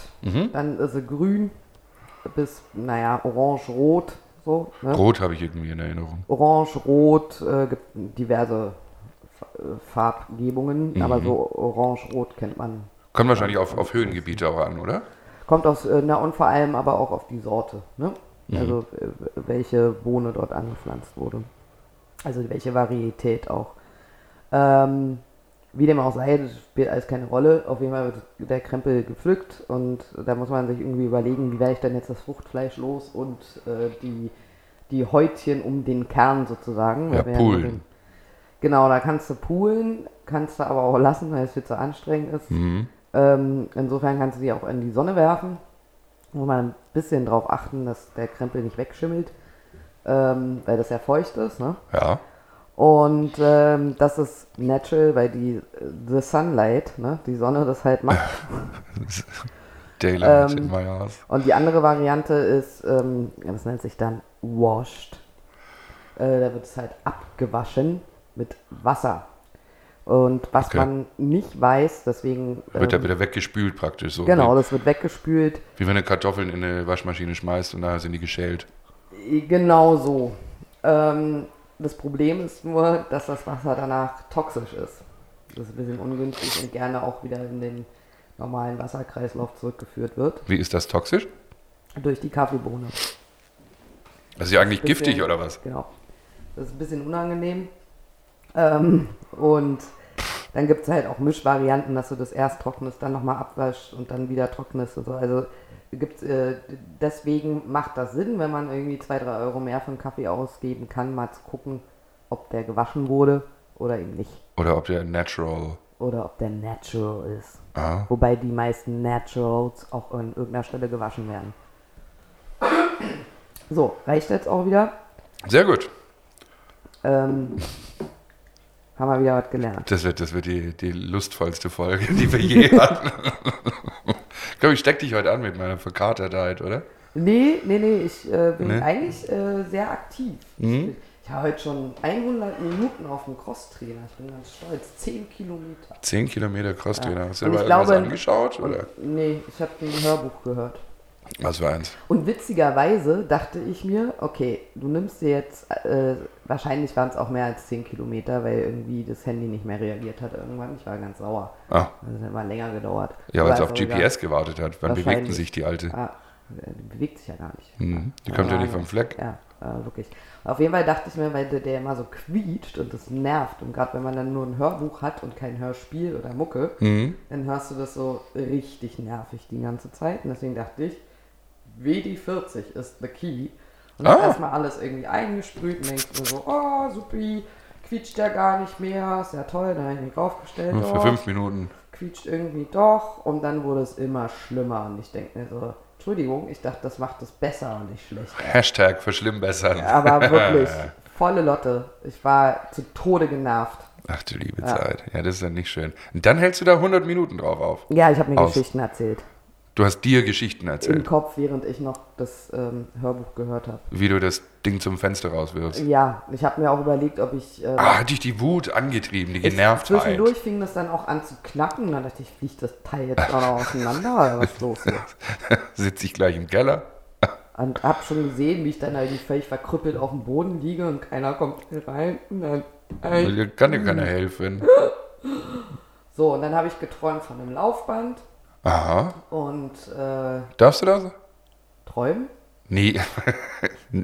dann ist sie grün bis, naja, orange-rot. So, ne?
Rot habe ich irgendwie in Erinnerung.
Orange, Rot, äh, gibt diverse F- äh, Farbgebungen, aber so Orange, Rot kennt man.
Kommt wahrscheinlich auf, auf Höhengebiete auch an, oder?
Kommt aus, äh, na und vor allem aber auch auf die Sorte, ne?
Mhm.
Also äh, welche Bohne dort angepflanzt wurde. Also welche Varietät auch. Ähm, wie dem auch sei, das spielt alles keine Rolle. Auf jeden Fall wird der Krempel gepflückt und da muss man sich irgendwie überlegen, wie werde ich denn jetzt das Fruchtfleisch los und äh, die, die Häutchen um den Kern sozusagen.
Ja,
Weil wir so
poolen.
den- Genau, da kannst du poolen, kannst du aber auch lassen, weil es viel zu anstrengend ist. Ähm, insofern kannst du die auch in die Sonne werfen. Muss man ein bisschen drauf achten, dass der Krempel nicht wegschimmelt, ähm, weil das ja feucht ist. Ne?
Ja.
Und ähm, das ist natural, weil die äh, The Sunlight, ne, die Sonne das halt macht.
Daylight
Ähm.
in my house.
Und die andere Variante ist, ähm, ja, das nennt sich dann washed. Äh, da wird es halt abgewaschen mit Wasser. Und was
Okay.
man nicht weiß, deswegen.
Wird da
ähm,
wieder weggespült praktisch so.
genau, das wird weggespült.
Wie, wie wenn du Kartoffeln in eine Waschmaschine schmeißt und nachher sind die geschält.
Genau so. Ähm, das Problem ist nur, dass das Wasser danach toxisch ist. Das ist ein bisschen ungünstig und gerne auch wieder in den normalen Wasserkreislauf zurückgeführt wird.
Wie ist das toxisch?
Durch die Kaffeebohne.
Das ist ja eigentlich
Bisschen-
giftig oder was?
Genau. Das ist ein bisschen unangenehm. Ähm, und dann gibt es halt auch Mischvarianten, dass du das erst trocknest, dann nochmal abwaschst und dann wieder trocknest und so. Also gibt's, äh, deswegen macht das Sinn, wenn man irgendwie zwei, drei Euro mehr für einen Kaffee ausgeben kann, mal zu gucken, ob der gewaschen wurde oder eben nicht.
Oder ob der natural.
Oder ob der natural ist.
Ah.
Wobei die meisten Naturals auch an irgendeiner Stelle gewaschen werden. So, reicht jetzt auch wieder.
Sehr gut.
Ähm, haben wir wieder was gelernt.
Das wird, das wird die, die lustvollste Folge, die wir je hatten. ich glaube, ich steck dich heute an mit meiner Verkatertheit, oder?
Nee, nee, nee, ich äh, bin
Nee?
eigentlich äh, sehr aktiv.
Mhm.
Ich habe heute schon 100 Minuten auf dem Crosstrainer. Ich bin ganz stolz. 10 Kilometer.
Zehn Kilometer Crosstrainer. Hast du
Und
dir
ich
mal irgendwas
glaube-
angeschaut? Oder?
Nee, ich habe ein Hörbuch gehört.
Was für eins.
Und witzigerweise dachte ich mir, okay, du nimmst dir jetzt, äh, wahrscheinlich waren es auch mehr als 10 Kilometer, weil irgendwie das Handy nicht mehr reagiert hat irgendwann. Ich war ganz sauer.
Ah,
Also es hat immer länger gedauert.
ja, weil es
Aber
auf
also egal.
GPS gewartet hat. Wann bewegten
Wahrscheinlich.
sich die Alte?
Ah, die bewegt sich ja gar nicht.
Hm, Die kommt ja nicht vom Fleck.
Ja, äh, wirklich. Auf jeden Fall dachte ich mir, weil der, der immer so quietscht und das nervt. Und gerade wenn man dann nur ein Hörbuch hat und kein Hörspiel oder Mucke,
Hm,
dann hörst du das so richtig nervig die ganze Zeit. Und deswegen dachte ich, WD40 ist the key. Und hab
Ah.
erstmal alles irgendwie eingesprüht und denkst mir so, oh, supi, quietscht ja gar nicht mehr, ist ja toll, dann habe ich mich aufgestellt.
Nur
oh,
Hm, Für fünf Minuten.
quietscht irgendwie doch und dann wurde es immer schlimmer und ich denke mir so, Entschuldigung, ich dachte, das macht es besser und nicht schlechter.
Hashtag verschlimmbessern.
Aber wirklich, volle Lotte. Ich war zu Tode genervt.
Ach du liebe Zeit. Ja, das ist dann nicht schön. Und dann hältst du da 100 Minuten drauf auf. Äh.
Ja, ich habe mir
Aus.
Geschichten erzählt.
Du hast dir Geschichten
Im
erzählt,
Kopf, während ich noch das ähm, Hörbuch gehört habe.
wie du das Ding zum Fenster rauswirfst.
Ja, ich habe mir auch überlegt, ob ich... Äh,
Ah, hat dich die Wut angetrieben, die Genervtheit.
Zwischendurch fing das dann auch an zu knacken. Dann dachte ich, fliegt das Teil jetzt auch noch auseinander oder was ist los hier?
Sitze ich gleich im Keller.
Und hab schon gesehen, wie ich dann halt völlig verkrüppelt auf dem Boden liege und keiner kommt rein. Und dann, ey,
Mir Kann dir keiner helfen.
So, und dann habe ich geträumt von einem Laufband
Aha.
und äh,
Darfst du das?
träumen.
Nee.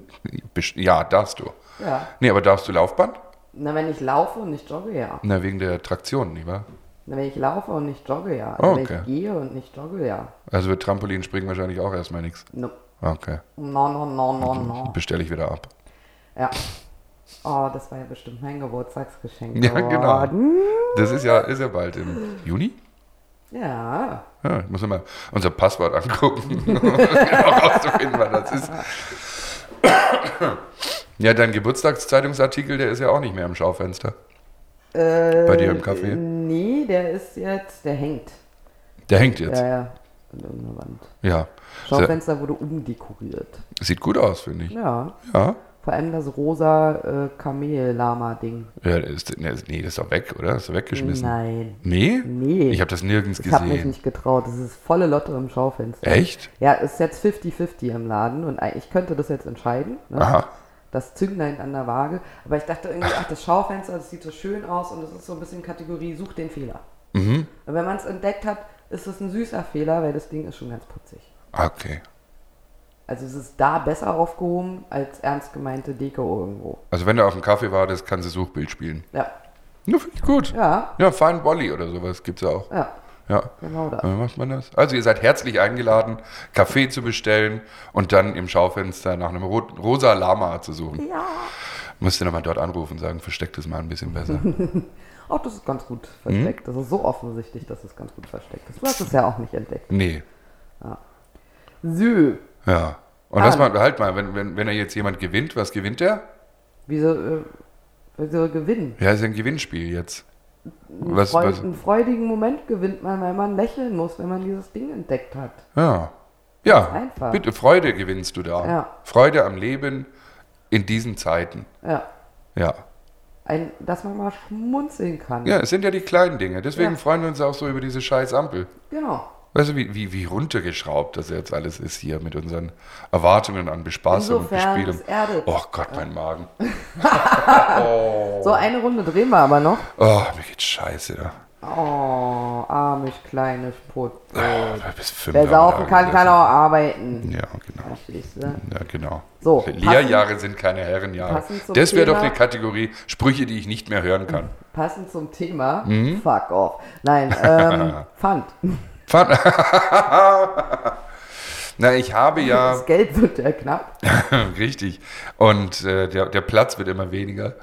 Best- ja, darfst du.
Ja.
Nee, aber darfst du Laufband?
Na, wenn ich laufe und nicht jogge, ja.
Na, wegen der Traktion, nicht wahr?
Na, wenn ich laufe und nicht jogge, ja. Also,
Oh,
Wenn
okay.
ich gehe und nicht jogge, ja.
Also wird Trampolinspringen wahrscheinlich auch erstmal nichts.
No,
Okay.
no, no, no, no. no.
Bestelle ich wieder ab.
Ja. Oh, das war ja bestimmt mein Geburtstagsgeschenk.
Ja, genau.
geworden.
Das ist ja, ist ja bald im Juni.
Ja.
Ja, ich muss mal unser Passwort angucken, um genau rauszufinden, wann das ist. Ja, dein Geburtstagszeitungsartikel, der ist ja auch nicht mehr im Schaufenster.
Äh,
Bei dir im Café?
Nee, der ist jetzt, der hängt.
Der hängt jetzt.
Ja, ja. An irgendeiner Wand.
Ja.
Schaufenster wurde umdekoriert.
Sieht gut aus, finde ich.
Ja.
Ja.
Vor allem das rosa äh, Kamel-Lama-Ding.
ja der ist, nee, ist- nee, das ist doch weg, oder? Das ist doch weggeschmissen.
Nein.
Nee?
Nee.
Ich habe das nirgends
Ich habe mich
gesehen.
nicht getraut. Das ist volle Lotte im Schaufenster.
Echt?
Ja, ist jetzt 50-50 im Laden und ich könnte das jetzt entscheiden. Ne?
Aha.
Das Zünglein an der Waage. Aber ich dachte irgendwie, ach, das Schaufenster, das sieht so schön aus und das ist so ein bisschen Kategorie, such den Fehler.
Mhm.
Und wenn man es entdeckt hat, ist es ein süßer Fehler, weil das Ding ist schon ganz putzig.
Ah, Okay.
Also es ist da besser aufgehoben als ernst gemeinte Deko irgendwo.
Also wenn du auf dem Kaffee wartest, kannst du Suchbild spielen.
Ja,
Ja, finde ich gut.
ja,
Ja, Fine Volley oder sowas gibt's ja auch.
ja,
Ja.
genau das.
Wie macht man das? Also ihr seid herzlich eingeladen, Kaffee zu bestellen und dann im Schaufenster nach einem roten, rosa Lama zu suchen.
Ja.
Müsst ihr nochmal dort anrufen und sagen, versteckt es mal ein bisschen besser.
Ach, das ist ganz
Mhm.
gut versteckt. Das ist so offensichtlich, dass es ganz gut versteckt ist. Du hast es ja auch nicht entdeckt.
nee.
Sü.
Ja. Und
Ah.
was mal, halt mal, wenn, wenn, wenn er jetzt jemand gewinnt, was gewinnt er?
Wieso, äh, wieso gewinnen?
Ja, ist ja ein Gewinnspiel jetzt. Was,
Freu
was,
Einen freudigen Moment gewinnt man, weil man lächeln muss, wenn man dieses Ding entdeckt hat.
ja. Ja,
einfach.
bitte, Freude gewinnst du da.
Ja.
Freude am Leben in diesen Zeiten.
Ja.
Ja.
Ein, dass man mal schmunzeln kann.
Ja, es sind ja die kleinen Dinge. Deswegen
Ja.
freuen wir uns auch so über diese scheiß Ampel.
Genau.
Weißt du, wie, wie, wie runtergeschraubt das jetzt alles ist hier mit unseren Erwartungen an Bespaßung und
Insofern
Bespielung.
es erdet.
Oh Gott, mein Magen.
So, eine Runde drehen wir aber noch.
Oh, mir geht's scheiße. Da.
Oh, armes kleines Putz.
Oh, da bist fünf
Wer
am
saufen
Lagen
kann, kann
lassen.
auch arbeiten.
Ja, genau.
Verstehst du?
Ja, genau.
So,
Lehrjahre sind keine Herrenjahre.
passend zum
Das wäre doch
Thema-
eine Kategorie Sprüche, die ich nicht mehr hören kann.
Passend zum Thema,
Mhm.
fuck off. Nein, ähm, Pfand.
Pfann- Na, ich habe ja.
Das Geld wird ja knapp.
Richtig. Und äh, der, der Platz wird immer weniger.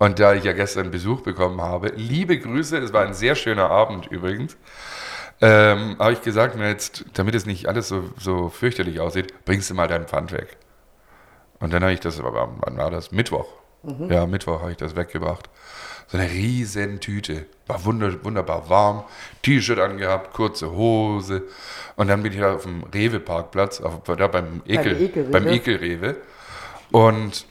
Und da ich ja gestern Besuch bekommen habe, liebe Grüße, es war ein sehr schöner Abend übrigens, ähm, habe ich gesagt, na jetzt, damit es nicht alles so, so fürchterlich aussieht, bringst du mal dein Pfand weg. Und dann habe ich das, aber wann war das? Mittwoch. Ja, Mittwoch habe ich das weggebracht. So eine riesen Tüte. War wunder, wunderbar warm. T-Shirt angehabt, kurze Hose. Und dann bin ich da auf dem Rewe-Parkplatz, auf, da beim Ekel,
Ekel-Rewe.
beim Ekel-Rewe. Und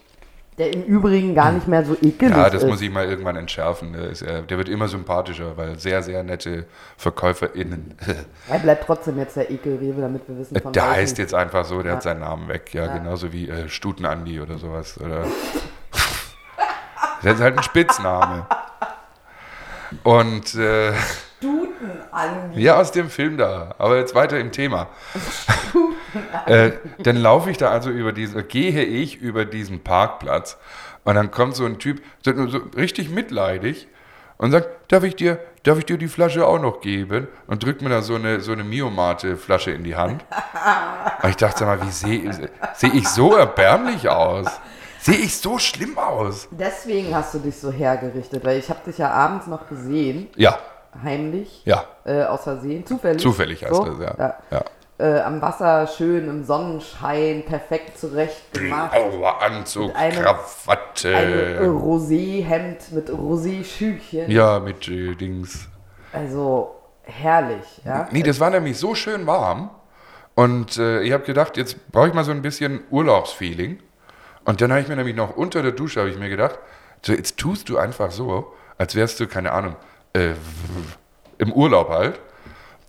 Der im Übrigen gar nicht mehr so ekelig
Ja, das
ist.
muss ich mal irgendwann entschärfen. Der, ist, äh, der wird immer sympathischer, weil sehr, sehr nette VerkäuferInnen.
er bleibt trotzdem jetzt der Ekelrewe, damit wir wissen, von
der
welchem.
Äh, heißt jetzt einfach so, der
Ja.
hat seinen Namen weg. Ja, genauso wie äh, Stuten-Andi oder sowas. Oder das ist halt ein Spitzname. Und äh,
Duden an.
ja, aus dem Film da. Aber jetzt weiter im Thema. äh, dann laufe ich da also über diesen, gehe ich über diesen Parkplatz und dann kommt so ein Typ, so, so richtig mitleidig und sagt, darf ich dir, darf ich dir die Flasche auch noch geben? Und drückt mir da so eine, so eine Miomate-Flasche in die Hand. Und ich dachte mal, wie sehe seh ich so erbärmlich aus? Sehe ich so schlimm aus?
Deswegen hast du dich so hergerichtet, weil ich habe dich ja abends noch gesehen,
Ja,
heimlich,
ja,
äh, aus Versehen, zufällig.
zufällig heißt
so,
das, ja.
ja.
ja.
Äh, am Wasser, schön im Sonnenschein, perfekt zurecht gemacht.
Blauer Anzug,
Eine-
Krawatte.
Ein äh, Rosé-Hemd mit Rosé-Schüchchen.
Ja, mit äh, Dings.
Also herrlich, ja.
Nee, das war nämlich so schön warm. Und äh, ich habe gedacht, jetzt brauche ich mal so ein bisschen Urlaubsfeeling. Und dann habe ich mir nämlich noch unter der Dusche, habe ich mir gedacht, so jetzt tust du einfach so, als wärst du, keine Ahnung, äh, im Urlaub halt.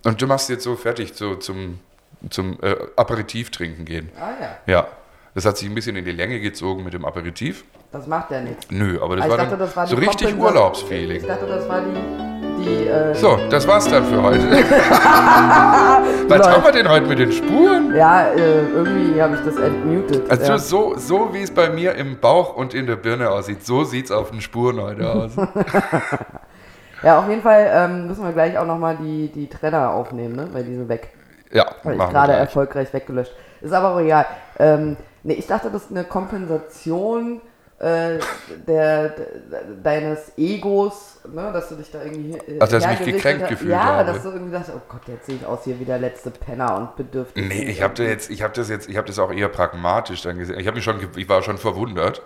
Und du machst jetzt so fertig so zum, zum äh, Aperitiv trinken gehen.
Ah ja,
Ja, das hat sich ein bisschen in die Länge gezogen mit dem Aperitiv.
das macht ja nichts.
Nö, aber das
Ah, ich
war
dachte,
dann
das war die
so richtig
Kompensa-
Urlaubsfeeling.
Ich dachte, das war die, die äh,
So, das war's dann für heute. Was
Läuft.
haben wir denn heute mit den Spuren?
ja, äh, irgendwie habe ich das entmutet.
Also
ja.
so, so wie es bei mir im Bauch und in der Birne aussieht, so sieht's auf den Spuren heute aus.
ja, auf jeden Fall ähm, müssen wir gleich auch nochmal die, die Trenner aufnehmen, ne? weil die sind weg.
Ja,
Habe ich
machen
gerade
wir gleich.
erfolgreich weggelöscht. Ist aber auch egal. Ähm, nee, ich dachte, das ist eine Kompensation äh, der, de- deines Egos, ne, dass du dich da irgendwie. äh,
Ach, Also, dass ich mich
hergerichtet
gekränkt
hast.
gefühlt
ja,
habe.
dass du irgendwie dachtest, oh Gott, jetzt sehe ich aus hier wie der letzte Penner und bedürftig.
Nee, ich habe jetzt, ich habe das jetzt, ich habe das auch eher pragmatisch dann gesehen. Ich habe mich schon, ge- ich war schon verwundert.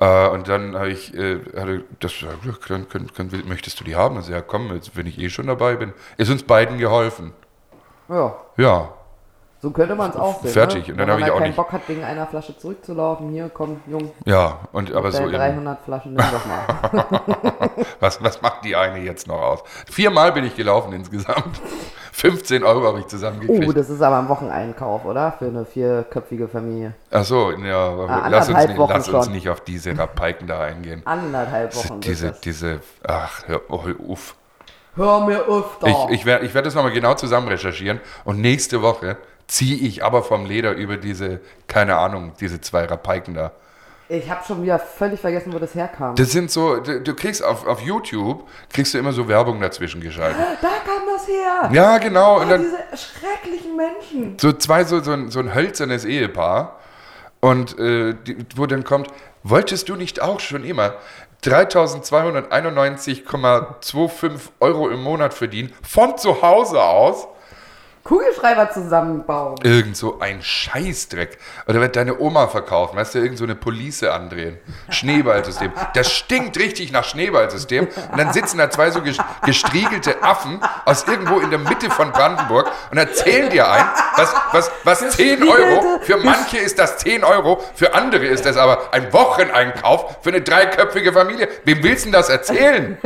Äh, und dann habe ich, äh, hatte das, ja, dann, können, können, möchtest du die haben? Also ja, komm, jetzt, wenn ich eh schon dabei bin, ist uns beiden geholfen.
Ja,
Ja,
so könnte man es auch sehen.
Fertig.
Ne?
Und dann
Wenn
habe
man
ich
da
auch
keinen
nicht-
Bock hat, wegen einer Flasche zurückzulaufen. Hier, komm, Jung,
ja. Und aber so
deine
im,
300 Flaschen, nimm doch mal.
Was, was macht die eine jetzt noch aus? Viermal bin ich gelaufen insgesamt. 15 Euro habe ich
oh,
zusammengekriegt.
das ist aber ein Wocheneinkauf, oder? Für eine vierköpfige Familie.
Ach so, ja, aber
Ah,
lass, uns,
anderthalb
nicht,
Wochen
lass uns
schon.
nicht auf diese Rapiken da eingehen.
Anderthalb Wochen. sind
Diese,
das.
diese, ach, hör, oh, hör auf.
Hör mir öfter.
Ich, ich werde ich werd das nochmal genau zusammen recherchieren und nächste Woche ziehe ich aber vom Leder über diese, keine Ahnung, diese zwei Rapiken da.
Ich habe schon wieder völlig vergessen, wo das herkam.
Das sind so, du, du kriegst auf, auf YouTube, kriegst du immer so Werbung dazwischen geschaltet.
da kam das her.
Ja, genau. Und
Ah,
dann,
diese schrecklichen Menschen.
so zwei, so, so, ein, so ein hölzernes Ehepaar. Und äh, die, wo dann kommt, wolltest du nicht auch schon immer 3291,25 Euro im Monat verdienen, von zu Hause aus?
Kugelschreiber zusammenbauen.
Irgend so ein Scheißdreck. Oder wird deine Oma verkaufen, weißt du, irgend so eine Police andrehen. Schneeballsystem. Das stinkt richtig nach Schneeballsystem. Und dann sitzen da zwei so ges- gestriegelte Affen aus irgendwo in der Mitte von Brandenburg und erzählen dir ein, was, was, was 10 Euro, für manche ist das 10 Euro, für andere ist das aber ein Wocheneinkauf für eine dreiköpfige Familie. Wem willst du denn das erzählen?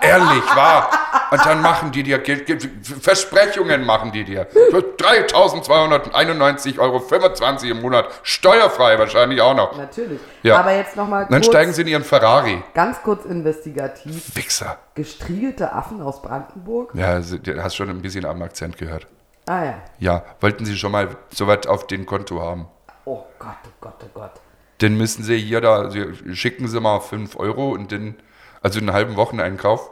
Ehrlich, wahr. Und dann machen die dir Geld- Geld- Versprechungen machen die dir. Für 3.291,25 Euro im Monat. Steuerfrei wahrscheinlich auch noch.
Natürlich.
Ja.
Aber jetzt nochmal
Dann
kurz,
steigen sie in ihren Ferrari.
ganz kurz investigativ.
Wichser.
Gestriegelte Affen aus Brandenburg?
Ja, sie- du hast schon ein bisschen am Akzent gehört.
Ah ja.
Ja, wollten sie schon mal so was auf dem Konto haben.
Oh Gott, oh Gott, oh Gott.
Dann müssen sie hier da, sie, schicken sie mal 5 Euro und dann, also einen halben Wocheneinkauf.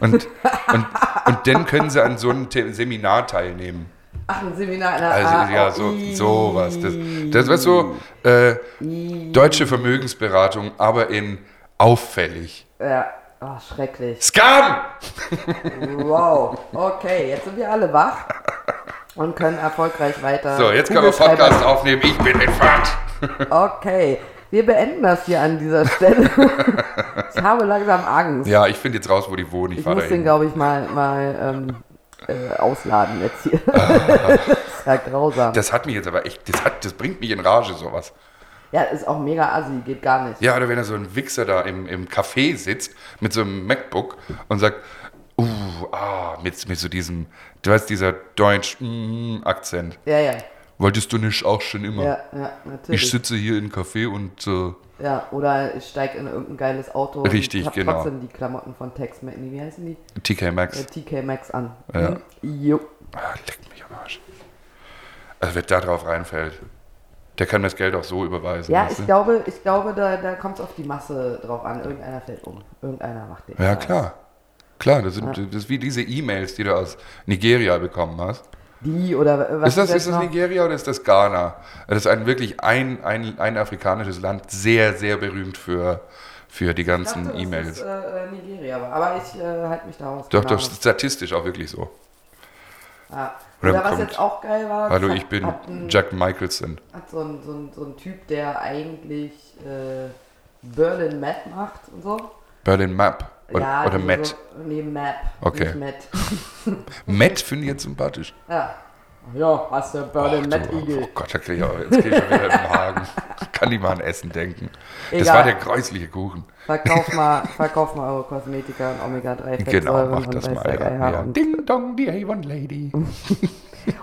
Und, und, und dann können sie an so einem Te- Seminar teilnehmen.
Ach, ein Seminar in der
Also
AOI.
ja, so, sowas. Das, das war so äh, deutsche Vermögensberatung, aber in auffällig.
Ja. Ach, schrecklich.
Skam!
Wow. Okay, jetzt sind wir alle wach und können erfolgreich weiter.
So, jetzt können wir
Kugelschreiber-
Podcast aufnehmen. Ich bin entfernt.
Okay, wir beenden das hier an dieser Stelle. ich habe langsam Angst.
Ja, ich finde jetzt raus, wo die wohnen. Ich,
ich
fahr
muss den,
dahin.
glaube ich, mal, mal ähm, äh, ausladen jetzt hier. das ist ja grausam.
Das hat mich jetzt aber echt, das, hat, das bringt mich in Rage, sowas.
Ja, ist auch mega assi, geht gar nicht.
Ja, oder wenn da so ein Wichser da im, im Café sitzt mit so einem MacBook und sagt, uh, ah, mit, mit so diesem, du weißt, dieser Deutsch-Akzent.
Ja, ja.
Wolltest du nicht auch schon immer?
Ja, ja, natürlich.
ich sitze hier in Café und äh,
ja, oder ich steige in irgendein geiles Auto
Richtig,
und hab
genau.
trotzdem die Klamotten von Tex Max, nee, wie heißen die?
TK Maxx.
Äh, TK Maxx an.
Ja.
Hm? Jo.
Ah, leck mich am Arsch. Also wer da drauf reinfällt, der kann das Geld auch so überweisen.
Ja,
weißt
ich
du?
glaube, ich glaube, da, da kommt es auf die Masse drauf an. Irgendeiner fällt um. Irgendeiner macht den.
ja
Scheiß.
klar. Klar, das, sind, das ist wie diese E-Mails, die du aus Nigeria bekommen hast.
Die oder was
Ist das,
jetzt
ist das
noch?
Nigeria oder ist das Ghana? Das ist ein wirklich ein, ein, ein afrikanisches Land, sehr, sehr berühmt für, für die
Ich dachte,
ganzen
dass
E-Mails.
es, äh, Nigeria war. Aber ich äh, halte mich da raus.
Doch,
keine
doch,
Ahnung.
statistisch auch wirklich so.
Ja.
Oder
Oder, was
kommt-
jetzt auch geil war.
Hallo,
das
ich bin
Hat, ein,
Jack Michelson.
hat so, ein, so, ein, so ein Typ, der eigentlich äh, Berlin Map macht und so.
Berlin Map. Oder,
ja,
oder
die
Matt.
So, nee, Map.
Okay.
Nicht Matt.
Matt finde ich jetzt sympathisch.
Ja. Ja, hast du Berlin
Ach
Matt
du,
Igel.
Oh Gott, da krieg ich auch, jetzt krieg ich schon wieder im Hagen. Kann ich mal an Essen denken. Das
Egal.
war der gräusliche Kuchen.
Verkauf mal, verkauf mal eure Kosmetika und Omega-3-Fettsäuren
Genau, mach
und
das mal.
weiß der
Ja.
Geier
Ja.
und-
Ding dong, die Avon Lady.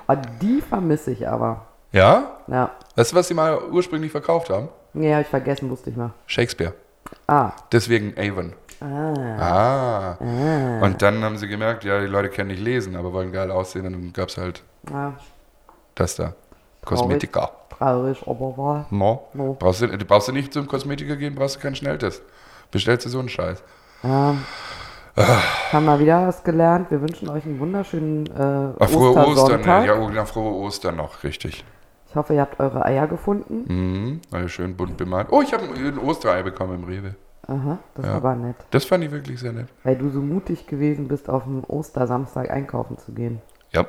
Oh, die vermisse ich aber.
Ja?
Ja.
Weißt du, was sie mal ursprünglich verkauft haben?
Nee, habe ich vergessen, wusste ich mal.
Shakespeare.
Ah.
Deswegen Avon.
Ah.
Ah. Und dann haben sie gemerkt, ja, die Leute können nicht lesen, aber wollen geil aussehen. Und dann gab es halt
ja.
das da. Kosmetika.
Traurig, aber wahr.
No.
No.
Brauchst, du, brauchst du nicht zum Kosmetiker gehen, brauchst du keinen Schnelltest. Bestellst du so einen Scheiß.
Ja. Haben wir wieder was gelernt. Wir wünschen euch einen wunderschönen äh,
Ah, frohe Ostern.
Ostersonntag.
Ja, oh, genau, frohe Ostern noch, richtig.
Ich hoffe, ihr habt eure Eier gefunden.
Mhm, alle schön bunt bemalt. Oh, ich habe ein Osterei bekommen im Rewe.
Aha, das
Ja.
war aber nett.
Das fand ich wirklich sehr nett.
Weil du so mutig gewesen bist, auf dem Ostersamstag einkaufen zu gehen.
Ja.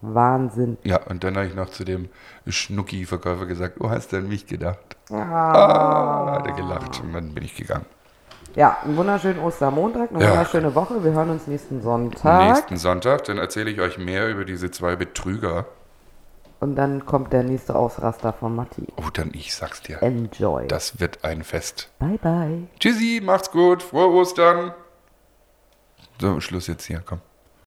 Wahnsinn.
Ja, und dann habe ich noch zu dem Schnucki-Verkäufer gesagt, oh, hast du an mich gedacht? Ah, hat er gelacht und dann bin ich gegangen.
Ja, einen wunderschönen Ostermontag, eine
Ja.
wunderschöne Woche. Wir hören uns nächsten Sonntag.
Nächsten Sonntag, dann erzähle ich euch mehr über diese zwei Betrüger.
Und dann kommt der nächste Ausraster von Matti.
Oh, dann ich sag's dir,
Enjoy.
das wird ein Fest.
Bye, bye.
Tschüssi, macht's gut, frohe Ostern. So, Schluss jetzt hier, komm.